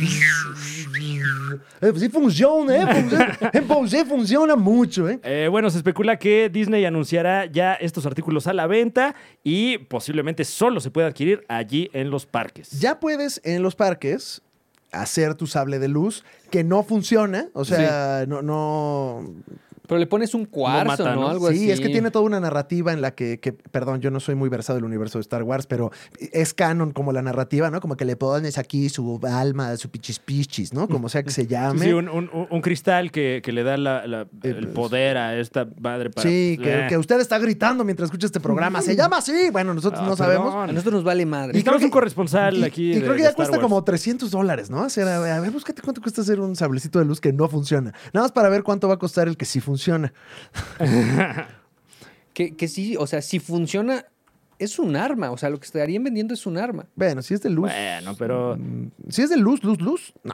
pues sí funciona, ¿eh? Funciona. En Pause funciona mucho, ¿eh? Eh, bueno, se especula que Disney anunciará ya estos artículos a la venta y posiblemente solo se puede adquirir allí en los parques. Ya puedes en los parques hacer tu sable de luz que no funciona, o sea, no, no, Pero le pones un cuarzo, mata, ¿no? ¿no? Algo así. sí, es que tiene toda una narrativa en la que, que- perdón, yo no soy muy versado del universo de Star Wars, pero es canon como la narrativa, ¿no? Como que le pones aquí su alma, su pichis pichis, ¿no? Como sea que se Sí, llame. sí, un, un- un- un cristal que, que le da la- la- el pues. poder a esta madre para. Sí, Eh. que, que usted está gritando mientras escucha este programa. Se llama así. Bueno, nosotros Ah, no sabemos. perdón. A nosotros nos vale madre. Necesitamos creo un que- corresponsal Y, aquí. y de- creo que de ya Star cuesta Wars. como 300 dólares, ¿no? Hacer, a, a ver, búscate cuánto cuesta hacer un sablecito de luz que no funciona. Nada más para ver cuánto va a costar el que sí funciona. Que, que sí, o sea, si funciona, es un arma. O sea, lo que estarían vendiendo es un arma. Bueno, si es de luz. Bueno, pero. Si es de luz, luz, luz. No.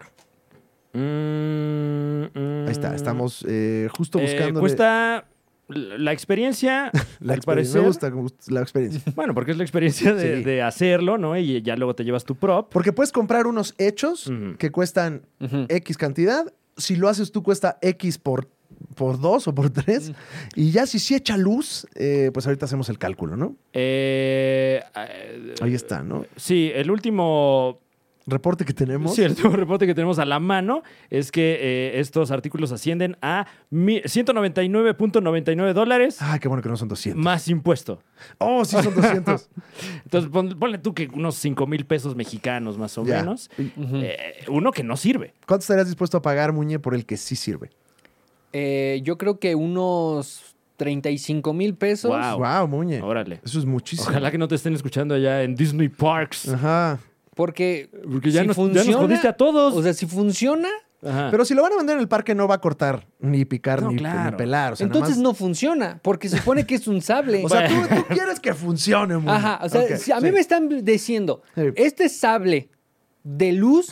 Ahí Ahí está, estamos eh, justo buscando. mm, cuesta l- la experiencia, la al experiencia. parecer. Me gusta, me gusta la experiencia. Bueno, porque es la experiencia de, Sí. de hacerlo, ¿no? Y ya luego te llevas tu prop. Porque puedes comprar unos hechos Ujú. que cuestan Ujú. X cantidad. Si lo haces tú, cuesta X por, por dos o por Mm. tres. Y ya si sí echa luz, eh, pues ahorita hacemos el cálculo, ¿no? Eh, eh, Ahí está, ¿no? Sí, el último Reporte que tenemos. Sí, el último reporte que tenemos a la mano es que eh, estos artículos ascienden a mi- 199.99 dólares Ah, qué bueno que no son 200. más impuesto. Oh, sí son 200. Entonces, pon- ponle tú que unos 5 mil pesos mexicanos más o Ya. menos. Ujú. Eh, uno que no sirve. ¿Cuánto estarías dispuesto a pagar, Muñe, por el que sí sirve? Eh, yo creo que unos 35 mil pesos. Wow. Wow, Muñe. Órale. Eso es muchísimo. Ah, Ojalá que Ah. no te estén escuchando allá en Disney Parks. Ajá. Porque, Porque ya, si nos, ya nos funciona, jodiste a todos. O sea, si funciona, Ajá. Pero si lo van a vender en el parque, no va a cortar, ni picar, No, ni, claro. ni pelar. O sea, entonces nada no funciona. Porque se supone que es un sable. más- O sea, tú, tú quieres que funcione, Muñe. Ajá, o sea, Ok, si a mí sí. me están diciendo, Sí. este sable de luz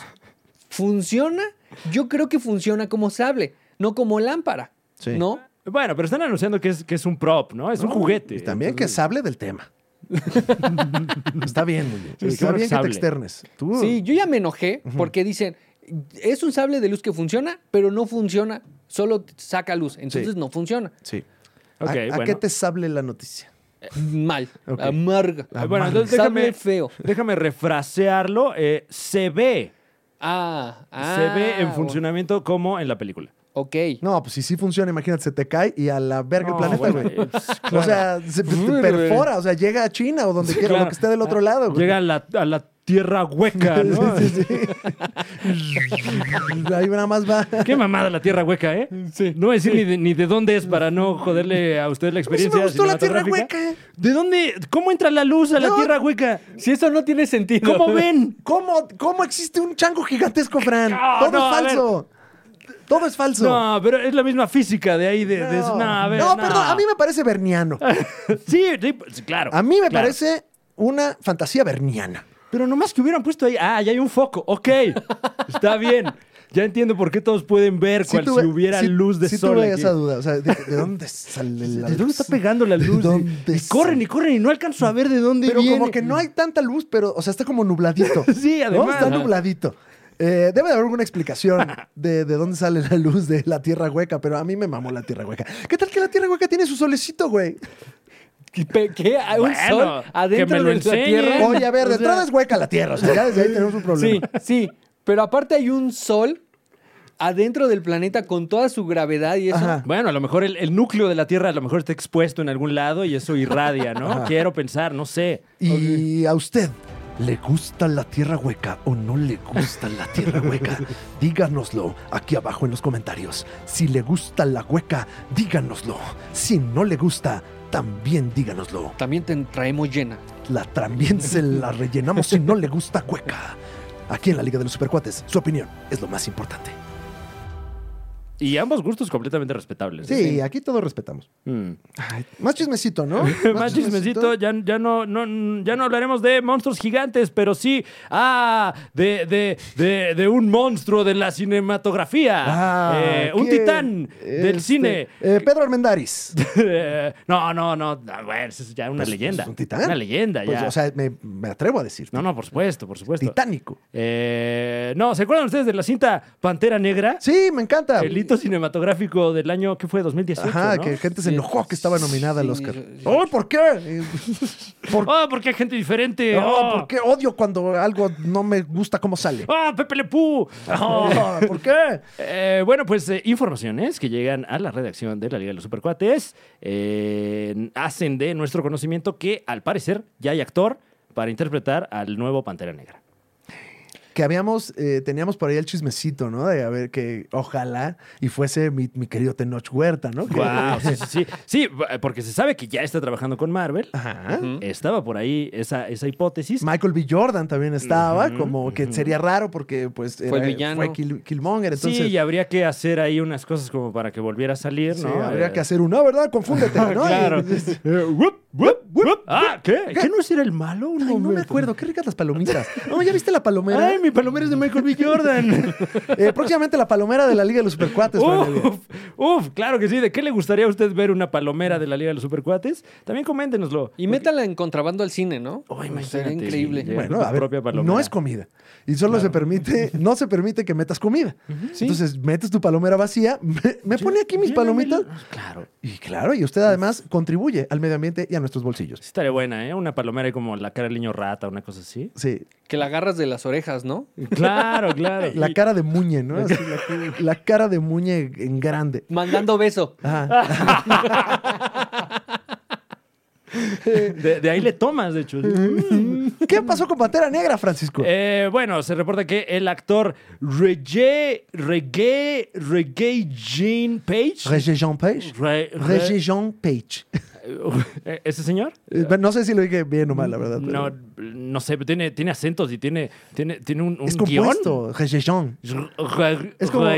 funciona, yo creo que funciona como sable, no como lámpara, Sí. ¿no? Bueno, pero están anunciando que es, que es un prop, ¿no? Es un No, juguete. y también que Entonces- sable del tema. Está bien, Muñe. Sí, Está claro que bien que te sable. externes. Tú- Sí, yo ya me enojé porque dicen, es un sable de luz que funciona, pero no funciona, solo saca luz, entonces no funciona. eh, Sí. Ok, ¿A, a bueno. qué te sable la noticia? mal, Ok. amarga. Ah, bueno, madre. entonces Sabe déjame, feo. déjame refrasearlo. eh, se ve. Ah, ah, se ve en bueno. funcionamiento como en la película. Ok. No, pues si sí funciona, imagínate, se te cae y a la verga el No, planeta, bueno, eh, güey. es- O sea, se te Uy, perfora, o sea, llega a China o donde quiera, claro. lo que esté del otro lado, güey. Llega a la, a la tierra hueca, ¿no? Sí, sí, sí. Ahí nada más va. Qué mamada la tierra hueca, ¿eh? No voy a decir ni, de, ni de dónde es para no joderle a usted la A mí sí experiencia. me gustó la tierra cinematográfica. hueca. ¿De dónde? ¿Cómo entra la luz a la No. tierra hueca? Si eso no tiene sentido. ¿Cómo ven? ¿Cómo, ¿Cómo existe un chango gigantesco, Fran? Ah, Todo no, a es falso. Todo es falso. No, pero es la misma física de ahí. De, de- No. no, a ver, No, perdón, a mí me parece berniano. Sí, sí, claro. A mí me claro. parece una fantasía berniana. Pero nomás que hubieran puesto ahí. Ah, ya hay un foco. Ok. Está bien. Ya entiendo por qué todos pueden ver Sí cual tuve- si hubiera sí- luz de sí sol. tuve aquí. esa duda. O sea, ¿de, de dónde sale la ¿De dónde está pegando la ¿De luz? dónde Y- y sale? corren y corren y no alcanzo a ver de dónde Pero viene. como que no hay tanta luz, pero, o sea, está como nubladito. Sí, ¿no? además. Está Ajá. nubladito. Eh, debe de haber alguna explicación de, de dónde sale la luz de la tierra hueca, pero a mí me mamó la tierra hueca. ¿Qué tal que la tierra hueca tiene su solecito, güey? ¿Qué? pe- qué? ¿Hay ¿Un Bueno, que sol me adentro lo de la enseñen. Tierra? Oye, a ver, de O sea- entrada es hueca la tierra, o sea, ya desde ahí tenemos un Sí, problema. sí. Pero aparte hay un sol adentro del planeta con toda su gravedad y eso. Ajá. Bueno, a lo mejor el, el núcleo de la Tierra a lo mejor está expuesto en algún lado y eso irradia, ¿no? Quiero pensar, no sé. ¿Y a usted le gusta la tierra hueca o no le gusta la tierra hueca? Díganoslo aquí abajo en los comentarios. Si le gusta la hueca, díganoslo. Si no le gusta, también díganoslo. También te traemos llena. La también se la rellenamos si no le gusta hueca. Aquí en la Liga de los Supercuates, su opinión es lo más importante. Y ambos gustos completamente respetables. ¿eh? Sí, aquí todos respetamos. Mm. Más chismecito, ¿no? Más chismecito, ya, ya, no, no- ya no hablaremos de monstruos gigantes, pero sí, ah, de, de, de, de un monstruo de la cinematografía, Ah, Eh, un ¿quién? titán del Este, cine. eh, Pedro Armendaris. Eh, no, no, no, no, bueno, eso es ya una Pues, leyenda. pues, un titán. Una leyenda, Pues, ya. o sea, me, me atrevo a decir. no, no, por supuesto, por supuesto. Titánico. Eh, no, ¿se acuerdan ustedes de la cinta Pantera Negra? Sí, me encanta. El hito cinematográfico del año, ¿qué fue? 2018, Ajá, ¿no? que gente se Sí. enojó que estaba nominada al Sí, Oscar. sí, sí. ¡Oh, por qué! ¿Por, ¡Ah, porque hay gente diferente! oh, ¡Ah! ¿por qué odio cuando algo no me gusta cómo sale? ¡Ah, Pepe Le Pew! ¡Ah! Oh, ¿Por qué? Eh, bueno, pues eh, informaciones que llegan a la redacción de la Liga de los Supercuates eh, hacen de nuestro conocimiento que al parecer ya hay actor para interpretar al nuevo Pantera Negra. Que habíamos, eh, teníamos por ahí el chismecito, ¿no? De a ver que ojalá y fuese mi, mi querido Tenoch Huerta, ¿no? Que- Wow, sí, sí, sí. Sí, eh, porque se sabe que ya está trabajando con Marvel. Ajá. Ujú. Estaba por ahí esa, esa hipótesis. Michael B. Jordan también estaba, Ujú, como que ujú. sería raro porque pues el villano. fue Kill- Killmonger, entonces sí, y habría que hacer ahí unas cosas como para que volviera a salir, sí, ¿no? habría Eh, que hacer una, ¿verdad? Confúndete, ¿no? Claro. Y- y- Eh, wup, wup, wup. Ah, ¿qué? ¿Qué no era el malo? Un Ay, no me momento. acuerdo, qué ricas las palomitas. No, ¿ya viste la palomera? Ay, mi palomera es de Michael B. Jordan. Oh. Eh, próximamente la palomera de la Liga de los Supercuates. Fran. Uf, uf, claro que sí. ¿De qué le gustaría a usted ver una palomera de la Liga de los Supercuates? También coméntenoslo. Y métala en contrabando al cine, ¿no? Pues Oh, Sería imagínate. increíble. Sí, bueno, tu a ver, propia palomera. no es comida. Y solo se permite, no se permite que metas comida. Sí. Entonces, metes tu palomera vacía, me, me pone aquí mis Llénamelo. Pues palomitas. Claro. Y claro, y usted además contribuye al medio ambiente y a nuestros bolsillos. Sí Estaría buena, ¿eh? Una palomera ahí como la cara del niño rata, una cosa así. Sí, Que la agarras de las orejas, ¿no? Claro, claro. la Y- cara de Muñe, ¿no? Así, la, la cara de Muñe en grande. Mandando beso. Ajá. de, de ahí le tomas, de hecho. ¿Qué pasó con Pantera Negra, Francisco? Eh, bueno, se reporta que el actor Regé, Regé, Regé Jean Page. Regé Jean Page. Re- re- Regé Jean Page. Eh, ¿Ese señor? Eh, No sé si lo dije bien o mal, la verdad. pero- No, no sé, tiene, tiene acentos y tiene, tiene, tiene un, un es guión. compuesto. Regé Jean. Es Es como- como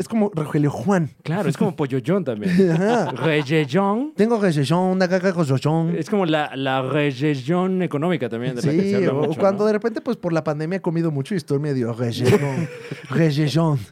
Es como Rogelio Juan. Claro, es como Polloyón también. Ajá. Rejellón. Tengo rejellón, una caca con rejellón. Es como la, la rejellón económica también. De la que se Sí, habla o mucho, o cuando ¿no? de repente, pues por la pandemia he comido mucho y estoy medio rejellón. rejellón.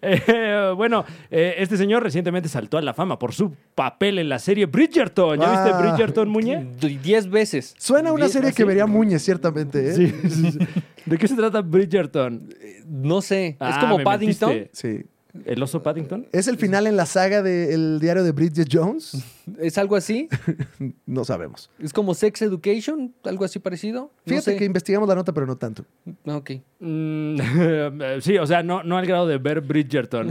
Eh, bueno, eh, este señor recientemente saltó a la fama por su papel en la serie Bridgerton. ¿Ya Ah. viste Bridgerton, Muñe? D- Diez veces. Suena a una Diez- serie que así. vería Muñez, ciertamente. ¿eh? Sí, sí, sí. ¿De qué se trata Bridgerton? No sé. Ah, es como me Paddington. mentiste. Sí. ¿El oso Paddington? ¿Es el final en la saga del diario de Bridget Jones? ¿Es algo así? No sabemos. ¿Es como Sex Education? ¿Algo así parecido? No Fíjate sé. que investigamos la nota, pero no tanto. Ah, Ok. Mm, sí, o sea, no, no al grado de ver Bridgerton.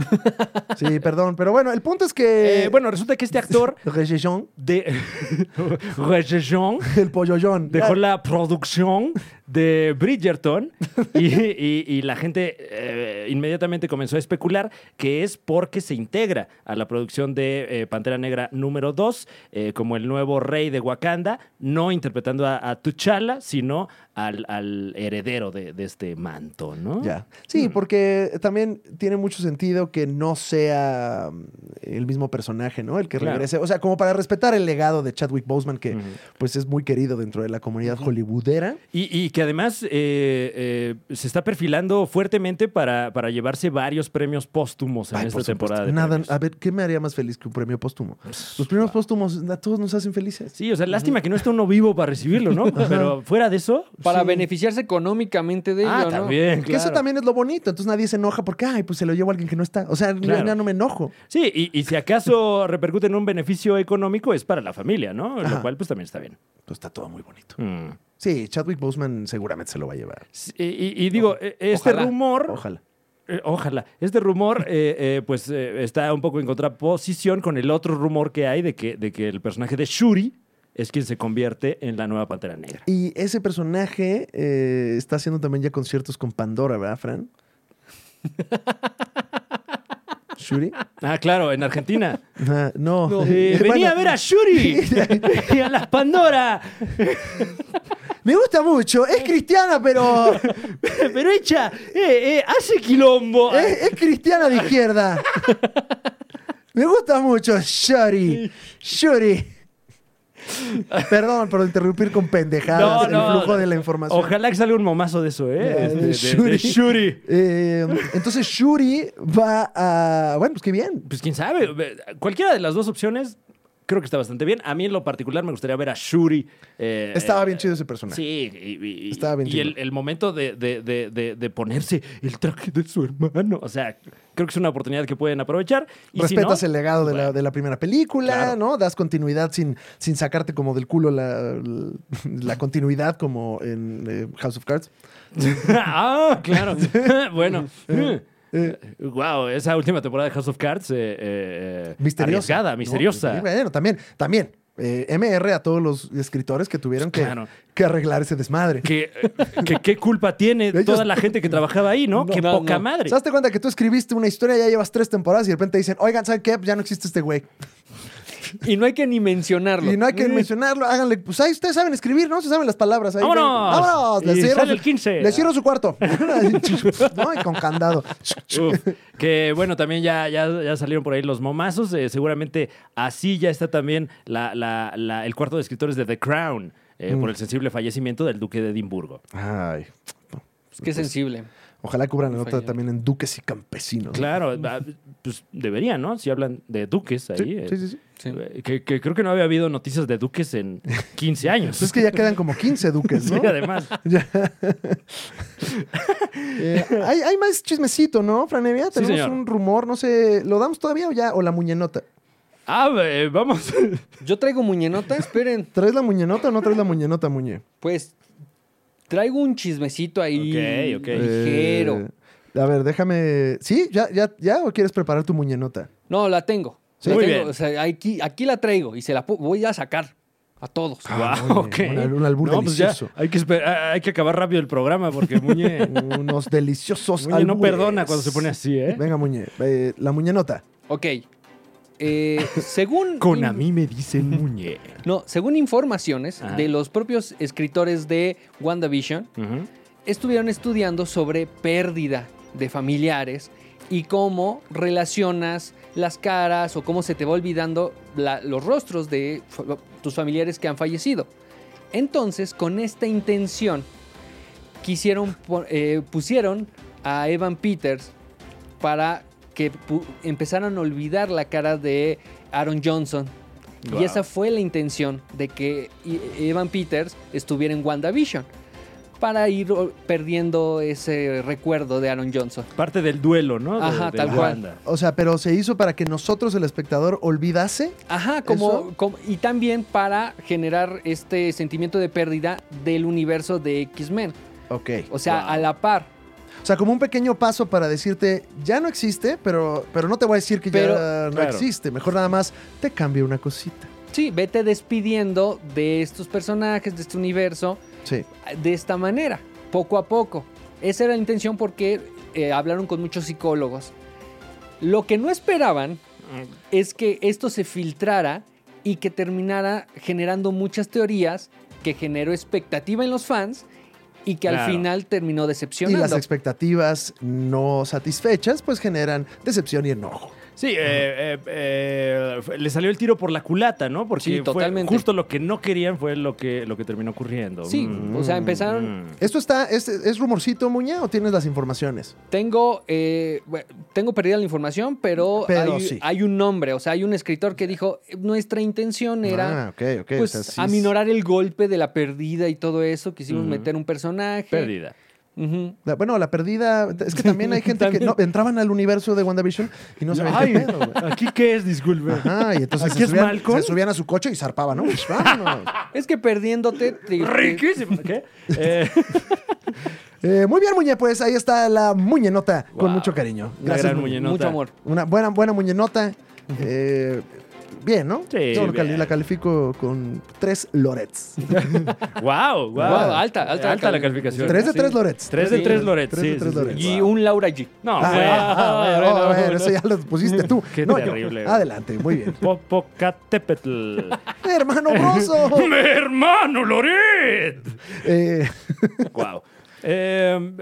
Sí, perdón. Pero bueno, el punto es que. Eh, bueno, resulta que este actor Regillon, de Reggion el pollollón. dejó Ya, la producción de Bridgerton y, y- y la gente eh, inmediatamente comenzó a especular que es porque se integra a la producción de eh, Pantera Negra número 2 como el nuevo rey de Wakanda, no interpretando a, a T'Challa, sino al, al heredero de, de este manto, ¿no? Mm. Ya. Sí, porque también tiene mucho sentido que no sea mm, el mismo personaje, ¿no? El que Claro. regrese. O sea, como para respetar el legado de Chadwick Boseman, que Ujú. pues es muy querido dentro de la comunidad hollywoodera. Y, y que además eh, eh, se está perfilando fuertemente para, para llevarse varios premios póstumos en Ay, esta por supuesto. temporada. de Nada, premios. Pues, a ver, ¿qué me haría más feliz que un premio póstumo? Los premios póstumos a todos nos hacen felices. Sí, o sea, lástima que no esté uno vivo para recibirlo, ¿no? Pero fuera de eso. Para sí. beneficiarse económicamente de Ah, ello, ¿no? también, Que eso claro. también es lo bonito. Entonces nadie se enoja porque, ay, pues se lo llevo a alguien que no está. O sea, no- Claro. ya no me enojo. Sí, y, y si acaso repercute en un beneficio económico, es para la familia, ¿no? Ajá. Lo cual, pues también está bien. Pues está todo muy bonito. Mm. Sí, Chadwick Boseman seguramente se lo va a llevar. Sí, Y, y- y digo, eh, este Ojalá. rumor. Ojalá. Eh, ojalá. Este rumor, eh, eh, pues, eh, está un poco en contraposición con el otro rumor que hay de que, de que el personaje de Shuri es quien se convierte en la nueva Pantera Negra. Y ese personaje eh, está haciendo también ya conciertos con Pandora, ¿verdad, Fran? ¿Shuri? Ah, claro, en Argentina. Ah, no. No. Eh, Bueno, venía a ver a Shuri y a las Pandora, Me gusta mucho. Es cristiana, pero es, pero hecha, eh, eh, hace quilombo. es cristiana de izquierda. Me gusta mucho, Shuri. Shuri. Perdón por interrumpir con pendejadas No, no, el flujo no. de la información. Ojalá que salga un momazo de eso, ¿eh? De, Ya, de de- de- de Shuri. Shuri. Eh, entonces Shuri va a... Bueno, pues qué bien. Pues quién sabe. Cualquiera de las dos opciones creo que está bastante bien. A mí en lo particular me gustaría ver a Shuri. eh, Estaba bien eh, chido ese personaje. Sí, y, y- y- Estaba bien y chido. el, el momento de, de- de- de- de ponerse el traje de su hermano. O sea, creo que es una oportunidad que pueden aprovechar. Y si Respetas no, el legado de, la, bueno. de la primera película, Claro. ¿no? Das continuidad sin, sin sacarte como del culo la, la- la continuidad como en eh, House of Cards. ah, claro. bueno. eh. wow, esa última temporada de House of Cards. eh, eh, Misteriosa. arriesgada, ¿no? misteriosa. Sí, bueno, también, también. eh, MR a todos los escritores que tuvieron que, Claro. que arreglar ese desmadre. que, que qué culpa tiene Ellos- toda la gente que trabajaba ahí, ¿no? No, qué no, poca no. madre. ¿Se daste cuenta que tú escribiste una historia, ya llevas tres temporadas y de repente dicen, oigan, ¿saben qué? Ya no existe este güey. Y no hay que ni mencionarlo. Y no hay que Mm. mencionarlo, háganle, pues ahí ustedes saben escribir, ¿no? Se saben las palabras. Ahí ¡Vámonos! ven. ¡Vámonos! Les Y cierro, sale su- el 15. les cierro su cuarto. no, y con candado. Uf, que bueno, también ya, ya, ya salieron por ahí los momazos. eh, seguramente así ya está también la- la- la- el cuarto de escritores de The Crown eh, Mm. por el sensible fallecimiento del duque de Edimburgo. Ay, Pues Pues Qué sensible. ojalá cubran la nota Falló. también en duques y campesinos. Claro, ah, pues deberían, ¿no? Si hablan de duques ahí. Sí, eh, sí, sí, sí. Sí. eh, Que, que creo que no había habido noticias de duques en 15 años. Pues es que ya quedan como 15 duques, Sí, ¿no? además. Ya. Eh, hay, hay más chismecito, ¿no, Franevia? Sí, Tenemos señor. un rumor, no sé, ¿lo damos todavía o ya? ¿O la muñenota? Ah, eh, vamos. Yo traigo muñenota, esperen. ¿Traes la muñenota o no traes la muñenota, muñe? Pues traigo un chismecito ahí. Ok, ok. Ligero. Eh, a ver, déjame. ¿Sí? ¿Ya, ya, ¿Ya o quieres preparar tu muñenota? No, la tengo. Sí. La Muy tengo, bien. o sea, aquí, aquí la traigo y se la pu- voy a sacar a todos. Wow, ok. Ah, Un, al- un albur No, pues ya, delicioso. hay que, esper- ah, hay que acabar rápido el programa porque Muñe, Unos deliciosos Muñe no albures. perdona cuando se pone así, ¿eh? Venga, Muñe, eh, la muñenota. Ok. Eh, según. Con a mí me dicen Muñe. No, según informaciones Ajá. de los propios escritores de WandaVision, Ujú. estuvieron estudiando sobre pérdida de familiares y cómo relacionas las caras o cómo se te va olvidando la- los rostros de fa- tus familiares que han fallecido. Entonces, con esta intención, quisieron, po- eh, pusieron a Evan Peters para que pu- empezaran a olvidar la cara de Aaron Johnson. Wow. Y esa fue la intención de que I- Evan Peters estuviera en WandaVision. para ir oh, perdiendo ese recuerdo de Aaron Johnson. Parte del duelo, ¿no? De- Ajá, de tal la cual. banda. O sea, pero se hizo para que nosotros, el espectador, olvidase. Ajá, ¿Eso? como, como- y también para generar este sentimiento de pérdida del universo de X-Men, Ok. o sea, Wow. a la par. O sea, como un pequeño paso para decirte, ya no existe, pero, pero no te voy a decir que Pero- ya no claro. existe. Mejor nada más te cambio una cosita. Sí, vete despidiendo de estos personajes, de este universo, Sí. de esta manera, poco a poco. Esa era la intención porque eh, hablaron con muchos psicólogos. Lo que no esperaban es que esto se filtrara y que terminara generando muchas teorías que generó expectativa en los fans y que al Claro. final terminó Y las decepcionando. expectativas no satisfechas, pues generan decepción y enojo. Sí, eh, eh, eh, le salió el tiro por la culata, ¿no? Porque Sí, fue totalmente. justo lo que no querían fue lo que, lo que terminó ocurriendo. Sí, o sea, empezaron- mm. ¿Esto está, es, es rumorcito, Muña, o tienes las informaciones? Tengo, eh, bueno, tengo perdida la información, pero, Pero hay, sí. hay un nombre, o sea, hay un escritor que dijo, nuestra intención era... Ah, ok, ok. o pues sea, sí es- aminorar el golpe de la perdida y todo eso. Quisimos Ujú. meter un personaje. Pérdida. Ujú. La- bueno, la perdida. Es que también hay gente que no, entraban al universo de WandaVision y no sabían Ay, qué pedo, güey. ¿Aquí qué es? Disculpe. Ajá, y entonces ¿Aquí se es subían, Malcolm? se subían a su coche y zarpaban, ¿no? Pues, Vámonos. Es que perdiéndote. te- te- Riquísimo. ¿Qué? Eh, Eh, muy bien, Muñe, pues ahí está la muñenota con Wow. mucho cariño. Una Gracias. gran Muñe. muñenota. Mucho amor. Una buena, buena muñenota. Eh, bien, ¿no? Sí, Yo lo cali- bien. la califico con tres lorets. wow, wow. Guau, alta, alta la Eh, la calificación. calificación. Tres de Sí. tres lorets. Tres de Sí. tres Loret. Tres de tres Loret. Y un Laura G. No, Ah, güey. ah, ah, Bueno, ah, bueno, bueno. eso ya lo pusiste tú. Qué No, yo. terrible. Adelante, muy bien. Eh, Popocatépetl. Hermano Broso. ¡Mi hermano Loret! Eh, Wow. Eh,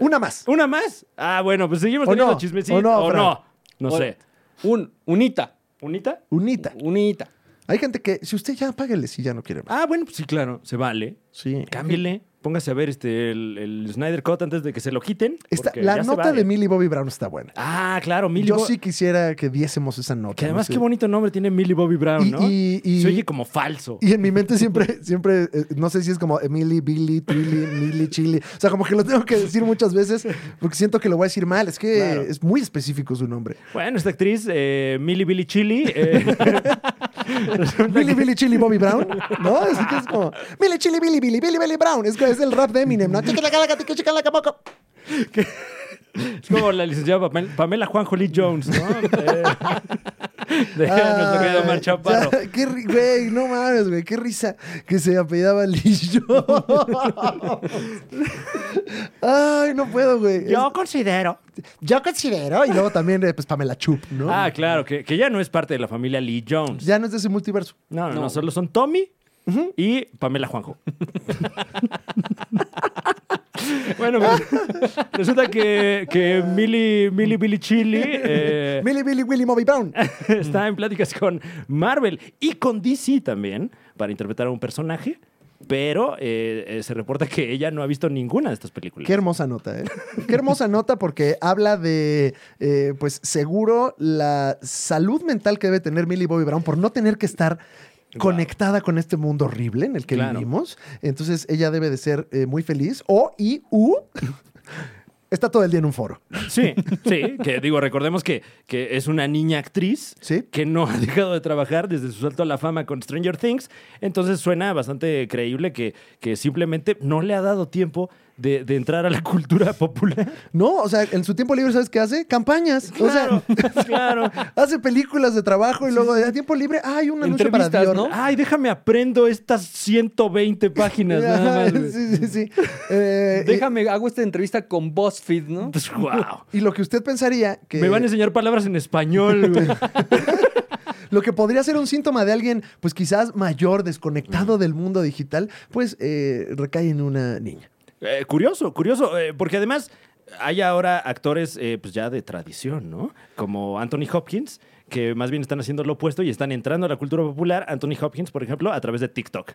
una más. ¿Una más? Ah, bueno, pues seguimos ¿O teniendo no? chismecitos. ¿O ¿O no, no? Fran? no. O- sé. Un, unita. ¿Unita? Unita. Unita. Hay gente que, si usted ya páguele, si ya no quiere más. Ah, bueno, pues sí, claro. Se vale. Sí. Cámbiele. Póngase a ver este, el, el Snyder Cut antes de que se lo quiten. Está- porque la ya se nota vale. de Millie Bobby Brown está buena. Ah, claro, Millie Yo Bo- sí quisiera que diésemos esa nota. Que no además, sé. qué bonito nombre tiene Millie Bobby Brown, Y- ¿no? y- y- se oye como falso. Y en mi mente siempre, siempre, eh, no sé si es como Emily, Billy, Trilly, Millie, Chili. O sea, como que lo tengo que decir muchas veces porque siento que lo voy a decir mal. Es que Claro. es muy específico su nombre. Bueno, esta actriz, eh, Millie Billy Chili. eh, Billy, Billy, Chili, Bobby Brown. ¿No? Así que es como Billy, Chili, Billy, Billy, Billy, Billy Brown. Es, que es el rap de Eminem, ¿no? es como la licenciada Pamela, Pamela Juanjo Lee Jones, ¿no? Eh, de nuestro querido Omar Ay, Chaparro. Ah, ya, qué ri- güey, no mames, güey, qué risa que se apellidaba Lillo. Ay, no puedo, güey. Yo considero. Es- yo considero. Y luego también, eh, pues, Pamela Chup, ¿no? Ah, claro, que, que ya no es parte de la familia Lee Jones. Ya no es de ese multiverso. No, no, No. no, solo son Tommy y Pamela Juanjo. bueno, pues, resulta que, que Millie, Millie, Billy Chili eh, Millie, Billy, Willy, Bobby Brown. está en pláticas con Marvel y con DC también para interpretar a un personaje, pero eh, eh, se reporta que ella no ha visto ninguna de estas películas. Qué hermosa nota, ¿eh? Qué hermosa nota porque habla de, eh, pues, seguro la salud mental que debe tener Millie Bobby Brown por no tener que estar conectada con este mundo horrible en el que Claro. vivimos. Entonces, ella debe de ser eh, muy feliz. O, y, u, está todo el día en un foro. Sí, sí, que digo, recordemos que, que es una niña actriz Sí. que no ha dejado de trabajar desde su salto a la fama con Stranger Things, entonces suena bastante creíble que, que simplemente no le ha dado tiempo de, de entrar a la cultura popular. No, o sea, en su tiempo libre, ¿sabes qué hace? Campañas. O sea, claro. hace películas de trabajo y luego de tiempo libre, hay un anuncio para Entrevistas, Dior. ¿no? Ay, déjame aprendo estas 120 páginas. nada más, güey. sí, sí, sí. Eh, y- Déjame, hago esta entrevista con BuzzFeed, ¿no? Pues, wow. Y lo que usted pensaría que Me van a enseñar palabras en español. güey. lo que podría ser un síntoma de alguien, pues quizás mayor, desconectado del mundo digital, pues eh, recae en una niña. Eh, curioso, curioso, eh, porque además hay ahora actores eh, pues ya de tradición, ¿no? Como Anthony Hopkins, que más bien están haciendo lo opuesto y están entrando a la cultura popular. Anthony Hopkins, por ejemplo, a través de TikTok.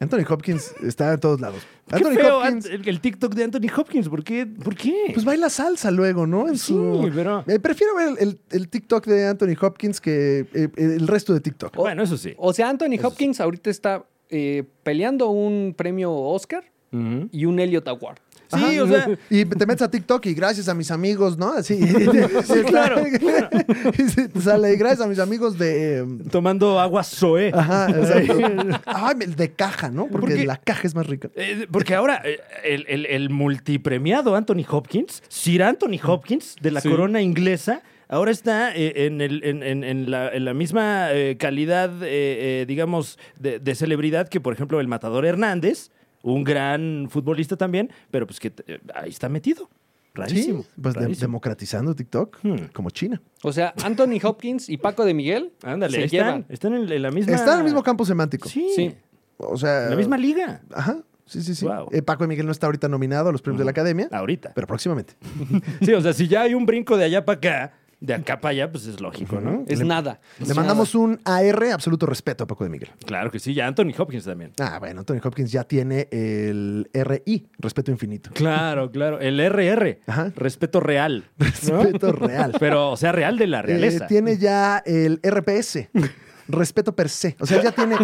Anthony Hopkins está en todos lados. Qué Anthony feo, Hopkins, an- el, el TikTok de Anthony Hopkins, ¿por qué? ¿Por qué? pues baila salsa luego, ¿no? En Sí, su- pero- Eh, prefiero ver el, el- el TikTok de Anthony Hopkins que eh, el resto de TikTok. bueno, eso sí. O sea, Anthony Hopkins ahorita está eh, peleando un premio Oscar Ujú. y un Elliot Award. Sí, o sea, Y te metes a TikTok y gracias a mis amigos, ¿no? Así. Sí, claro, claro. Y se te sale, y gracias a mis amigos de. eh, tomando agua Zoe. Ajá, exacto. Ay, el de caja, ¿no? Porque Porque- la caja es más rica. Eh, porque ahora eh, el, el- el multipremiado Anthony Hopkins, Sir Anthony Hopkins de la Sí. corona inglesa, ahora está eh, en, el- en- en- en la, en la misma eh, calidad, eh, eh, digamos, de, de celebridad que, por ejemplo, el matador Hernández, un gran futbolista también, pero pues que eh, ahí está metido. Rarísimo. Sí, pues de- rarísimo. democratizando TikTok, Hmm. como China. O sea, Anthony Hopkins y Paco de Miguel Ándale, se ahí están, llevan. están en, en la misma. Está en el mismo campo semántico. Sí, Sí. O sea. en la misma liga. Ajá. Sí, sí, sí. Wow. Eh, Paco y Miguel no está ahorita nominado a los premios de la academia, Ahorita. Ah. pero próximamente. Ah. Sí, o sea, si ya hay un brinco de allá para acá, de acá para allá, pues es lógico, ¿no? Es nada. Le mandamos un AR absoluto respeto a Paco de Miguel. Claro que sí, ya Anthony Hopkins también. Ah, bueno, Anthony Hopkins ya tiene el RI, respeto infinito. Claro, claro. El RR. Ajá. Respeto real. ¿no? Respeto real. Pero, o sea, real de la Eh, realeza. tiene ya el RPS. Respeto per se. O sea, ya tiene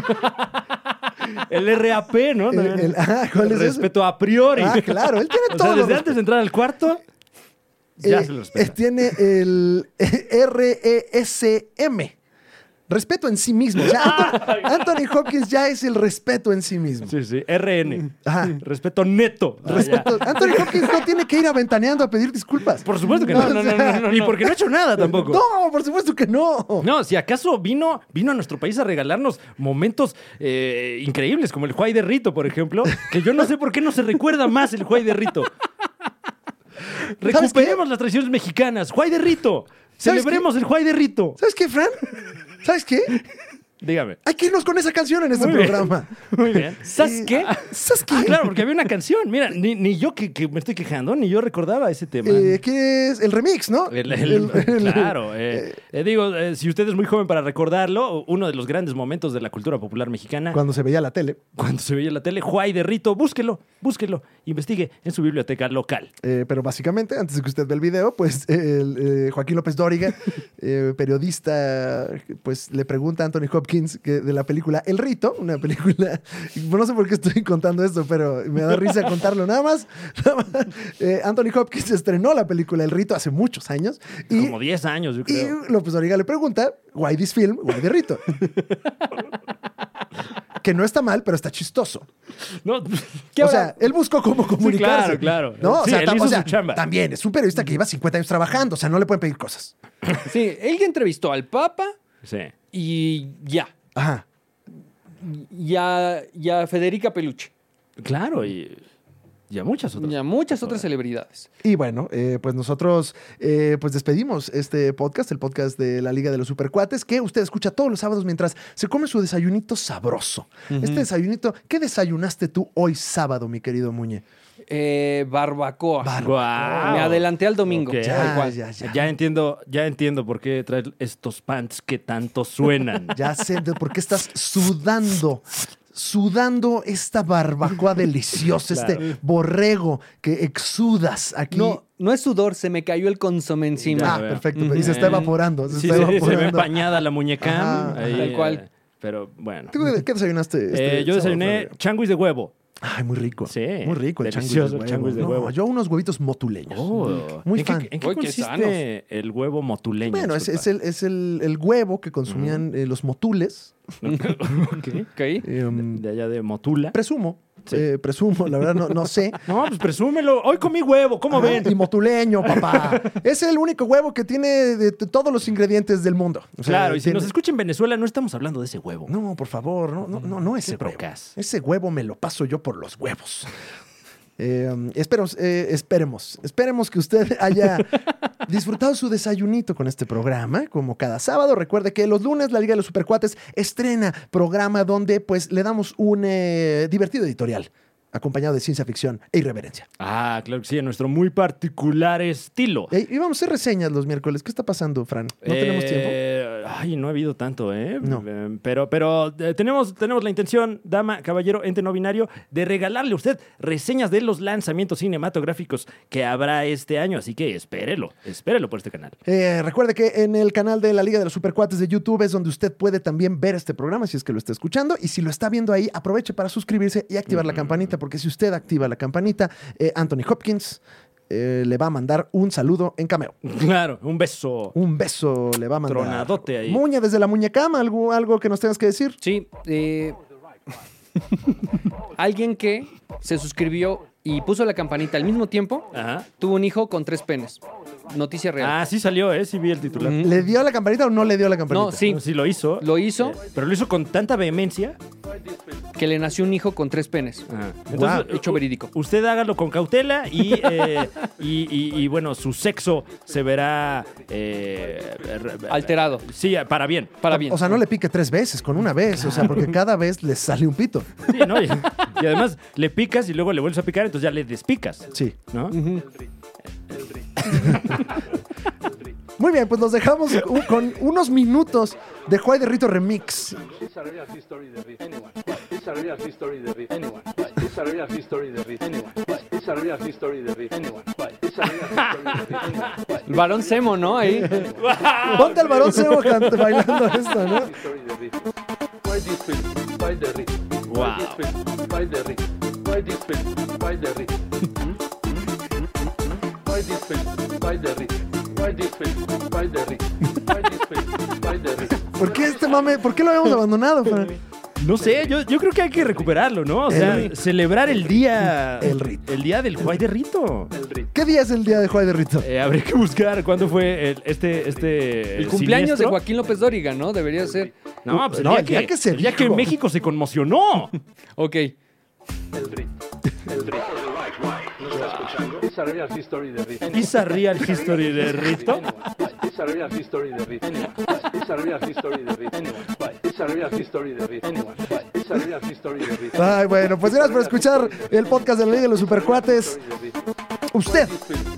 el RAP, ¿no? el, el- ah, ¿cuál es ese? respeto a priori. Ah, claro, él tiene O sea, todo. desde antes de entrar al cuarto, ya se lo respeta. Eh, Tiene el eh, RESM. Respeto en sí mismo. O sea, Anthony, Anthony Hopkins ya es el respeto en sí mismo. Sí, sí. RN. Ajá. Respeto neto. Ah, Respeto. Anthony Hopkins no tiene que ir aventaneando a pedir disculpas. ya. Por supuesto que no. No, no, no, no, Y porque no ha hecho nada tampoco. No, por supuesto que no. No, si acaso vino, vino a nuestro país a regalarnos momentos eh, increíbles, como el Juay de Rito, por ejemplo, que yo no sé por qué no se recuerda más el Juay de Rito. Recuperemos las tradiciones mexicanas. Juay de Rito. ¿Sabes Celebremos el Juay de Rito. ¿Sabes qué, Fran? ¿Sabes qué? Dígame. Hay que irnos con esa canción en este Muy bien. programa. Eh, Muy bien. ¿Sabes qué? ¿Sabes qué? Ah, claro, porque había una canción. Mira, ni, ni yo que, que me estoy quejando, ni yo recordaba ese tema. Eh, ¿Quieres el remix, no? El- el- el- claro. eh, eh, digo, eh, si usted es muy joven para recordarlo, uno de los grandes momentos de la cultura popular mexicana. Cuando se veía la tele. cuando se veía la tele, Juay de Rito, búsquelo, búsquelo, investigue en su biblioteca local. Eh, pero básicamente, antes de que usted vea el video, pues el, eh, Joaquín López Dóriga, eh, periodista, pues le pregunta a Anthony Hopkins que, de la película El Rito, una película, no sé por qué estoy contando esto, pero me da risa contarlo nada más. nada más. Eh, Anthony Hopkins estrenó la película El Rito hace muchos años y, Como 10 años, yo y creo. López Dóriga le pregunta, ¿Why this film? ¿Why the Rito? que no está mal, pero está chistoso. No, pues, O sea, él buscó cómo comunicarse. claro, claro. ¿no? Sí, o sea, él tam- hizo o sea, su chamba. también es un periodista que lleva 50 años trabajando. O sea, no le pueden pedir cosas. Sí, él ya entrevistó al Papa Sí. y ya. Ajá. Y a, y a Federica Peluche. Claro, y, y a muchas otras. Y a muchas otras celebridades. Y bueno, eh, pues nosotros eh, pues despedimos este podcast, el podcast de la Liga de los Supercuates, que usted escucha todos los sábados mientras se come su desayunito sabroso. Este desayunito, ¿qué desayunaste tú hoy sábado, mi querido Muñe? Eh, barbacoa. Guau. Me adelanté al domingo. Ok. tal Ya, cual. ya, ya. Eh, Ya entiendo, ya entiendo por qué traes estos pants que tanto suenan. Ya sé de por qué estás sudando. Sudando esta barbacoa deliciosa, este borrego que exudas aquí. No, no es sudor, se me cayó el consomé Ya. encima. ah, veo. perfecto. Y se está Ujú. evaporando. Se Sí, está se, se ve evaporando. empañada la muñeca. Ajá, ahí, tal cual. eh, pero bueno. ¿Tú qué- qué desayunaste? este Eh, yo sábado, desayuné Flavio? changuis de huevo. Ay, muy rico. Sí, Muy rico el changuis de delicioso huevo. el changuis de No, huevo. Oh, yo unos huevitos motuleños. Muy ¿En fan. qué, en qué Uy, qué consiste el huevo motuleño? Bueno, es, es Disculpa. el, es el, el huevo que consumían eh, los motules. Ok. Ok. eh, um, de allá de Motula. presumo. Sí. eh, presumo, la verdad no, no sé. No, pues presúmelo. Hoy comí huevo, ¿cómo Ajá, ven? Y motuleño, papá. es el único huevo que tiene de t- todos los ingredientes del mundo. O sea, claro, y si tiene- nos escucha en Venezuela, no estamos hablando de ese huevo. No, por favor, no, no, no, no ese huevo. procas. Ese huevo me lo paso yo por los huevos. Eh, esperos- eh, esperemos, esperemos que usted haya disfrutado su desayunito con este programa, como cada sábado. Recuerde que los lunes la Liga de los Supercuates estrena programa donde pues le damos un eh, divertido editorial acompañado de ciencia ficción e irreverencia. Ah, claro que sí, en nuestro muy particular estilo. Eh, y vamos a hacer reseñas los miércoles. ¿Qué está pasando, Fran? ¿No tenemos tiempo? Eh, Ay, no ha habido tanto, ¿eh? No. Eh, Pero, pero eh, tenemos, tenemos la intención, dama, caballero, ente no binario, de regalarle a usted reseñas de los lanzamientos cinematográficos que habrá este año. Así que espérelo, espérelo por este canal. Eh, recuerde que en el canal de la Liga de los Supercuates de YouTube es donde usted puede también ver este programa si es que lo está escuchando. Y si lo está viendo ahí, aproveche para suscribirse y activar la campanita porque si usted activa la campanita, eh, Anthony Hopkins eh, le va a mandar un saludo en cameo. Claro, un beso. Un beso le va a mandar. Tronadote ahí. Muña desde la muñecama, algo, algo que nos tengas que decir. Sí, eh, alguien que se suscribió y puso la campanita al mismo tiempo Ajá. tuvo un hijo con tres penes. Noticia real. Ah, sí salió, ¿eh? Sí vi el titular. Mm. ¿Le dio la campanita o no le dio la campanita? no, sí, Sí lo hizo. lo hizo Pero lo hizo con tanta vehemencia. que le nació un hijo con tres penes. Entonces, Wow. Hecho verídico. Usted hágalo con cautela y, eh, y, y- y, bueno, su sexo se verá eh, re- Alterado. Sí, para bien. Para bien. O sea, no le pique tres veces, con una vez, o sea, porque cada vez le sale un pito. Sí, ¿no? y, y además le picas y luego le vuelves a picar, entonces ya le despicas. Sí. ¿No? Muy bien, pues los dejamos u- con unos minutos de Juay de Rito Remix. It's a real history that reads anyone. It's a real history that reads anyone. It's a real history that reads anyone. It's a real history that reads anyone. It's a real history that reads anyone. El varón Semo, ¿no? Ahí. Ponte al varón Sebo can- bailando esto, ¿no? History that reads. Why this film? Why the rich? Why this film? Why the rich? Why this film? Why the rich? Why this film? Why the rich? Why this film? Why the rich? Why this film? Why the rich? ¿Por qué este mame? ¿Por qué lo habíamos abandonado? Fran? No sé, yo, yo creo que hay que recuperarlo, ¿no? O sea, rito. celebrar el día. El rito. El día del Juay de Rito. El rich. ¿Qué día es el día de Juay de Rito? Eh, habría que buscar cuándo fue el- este, este. El cumpleaños de siniestro. Joaquín López Dóriga, ¿no? Debería ser. No, pues el, No, día el día que, que se el día que dijo. México se conmocionó. Ok. ¿Eh? El rey. El rey. Es a real history de Rito. Is a real history de Rito. Es a real history de Rito. Es a real history de Rito. Es a real history de Rito. Es a real history de Rito. Ay, bueno, pues gracias por escuchar el podcast de la Liga de los Supercuates. Usted,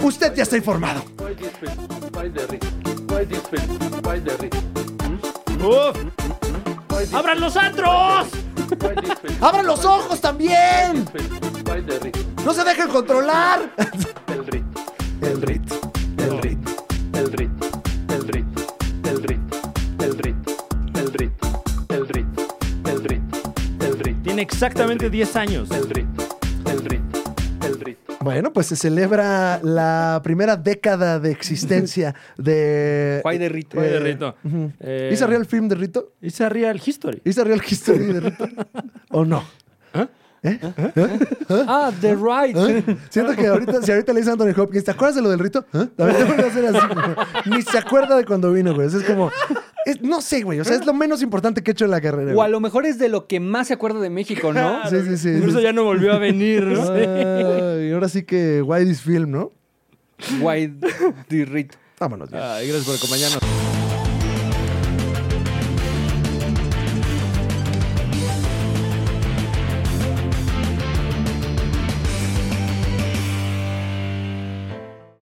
usted ya está informado. Why this film? Why the Rito? Why this film? Why the Rito? ¡Uf! Why this ¡Abran los antros! Why this film? ¡Abran los ojos también! Why the Rito? ¡No se dejen controlar! El Rito. El Rito. El Rito. El Rito. El Rito. El Rito. El Rito. El Rito. El Rito. El Rito. El Rito. Tiene exactamente 10 años. El rito, el rito, el rito. Bueno, pues se celebra la primera década de existencia de... Juay de Rito. Juay de Eh, Rito. ujú. Eh, ¿Is a real film de Rito? Is a real history. ¿Is a real history de Rito? ¿O no? Ah, The Right. ¿Eh? Siento que ahorita, si ahorita le dice a Anthony Hopkins, ¿te acuerdas de lo del rito? ¿Eh? A ver, te vuelve a hacer así. güey. Ni se acuerda de cuando vino, güey. O sea, Es como. es- no sé, güey. O sea, es lo menos importante que he hecho en la carrera. O a güey. lo mejor es de lo que más se acuerda de México, ¿no? Sí, sí, sí. Por eso ya no volvió a venir, ¿no? Ay, ahora sí que why this film, ¿no? Guay de Rito. Vámonos, ya. Ay, gracias por acompañarnos.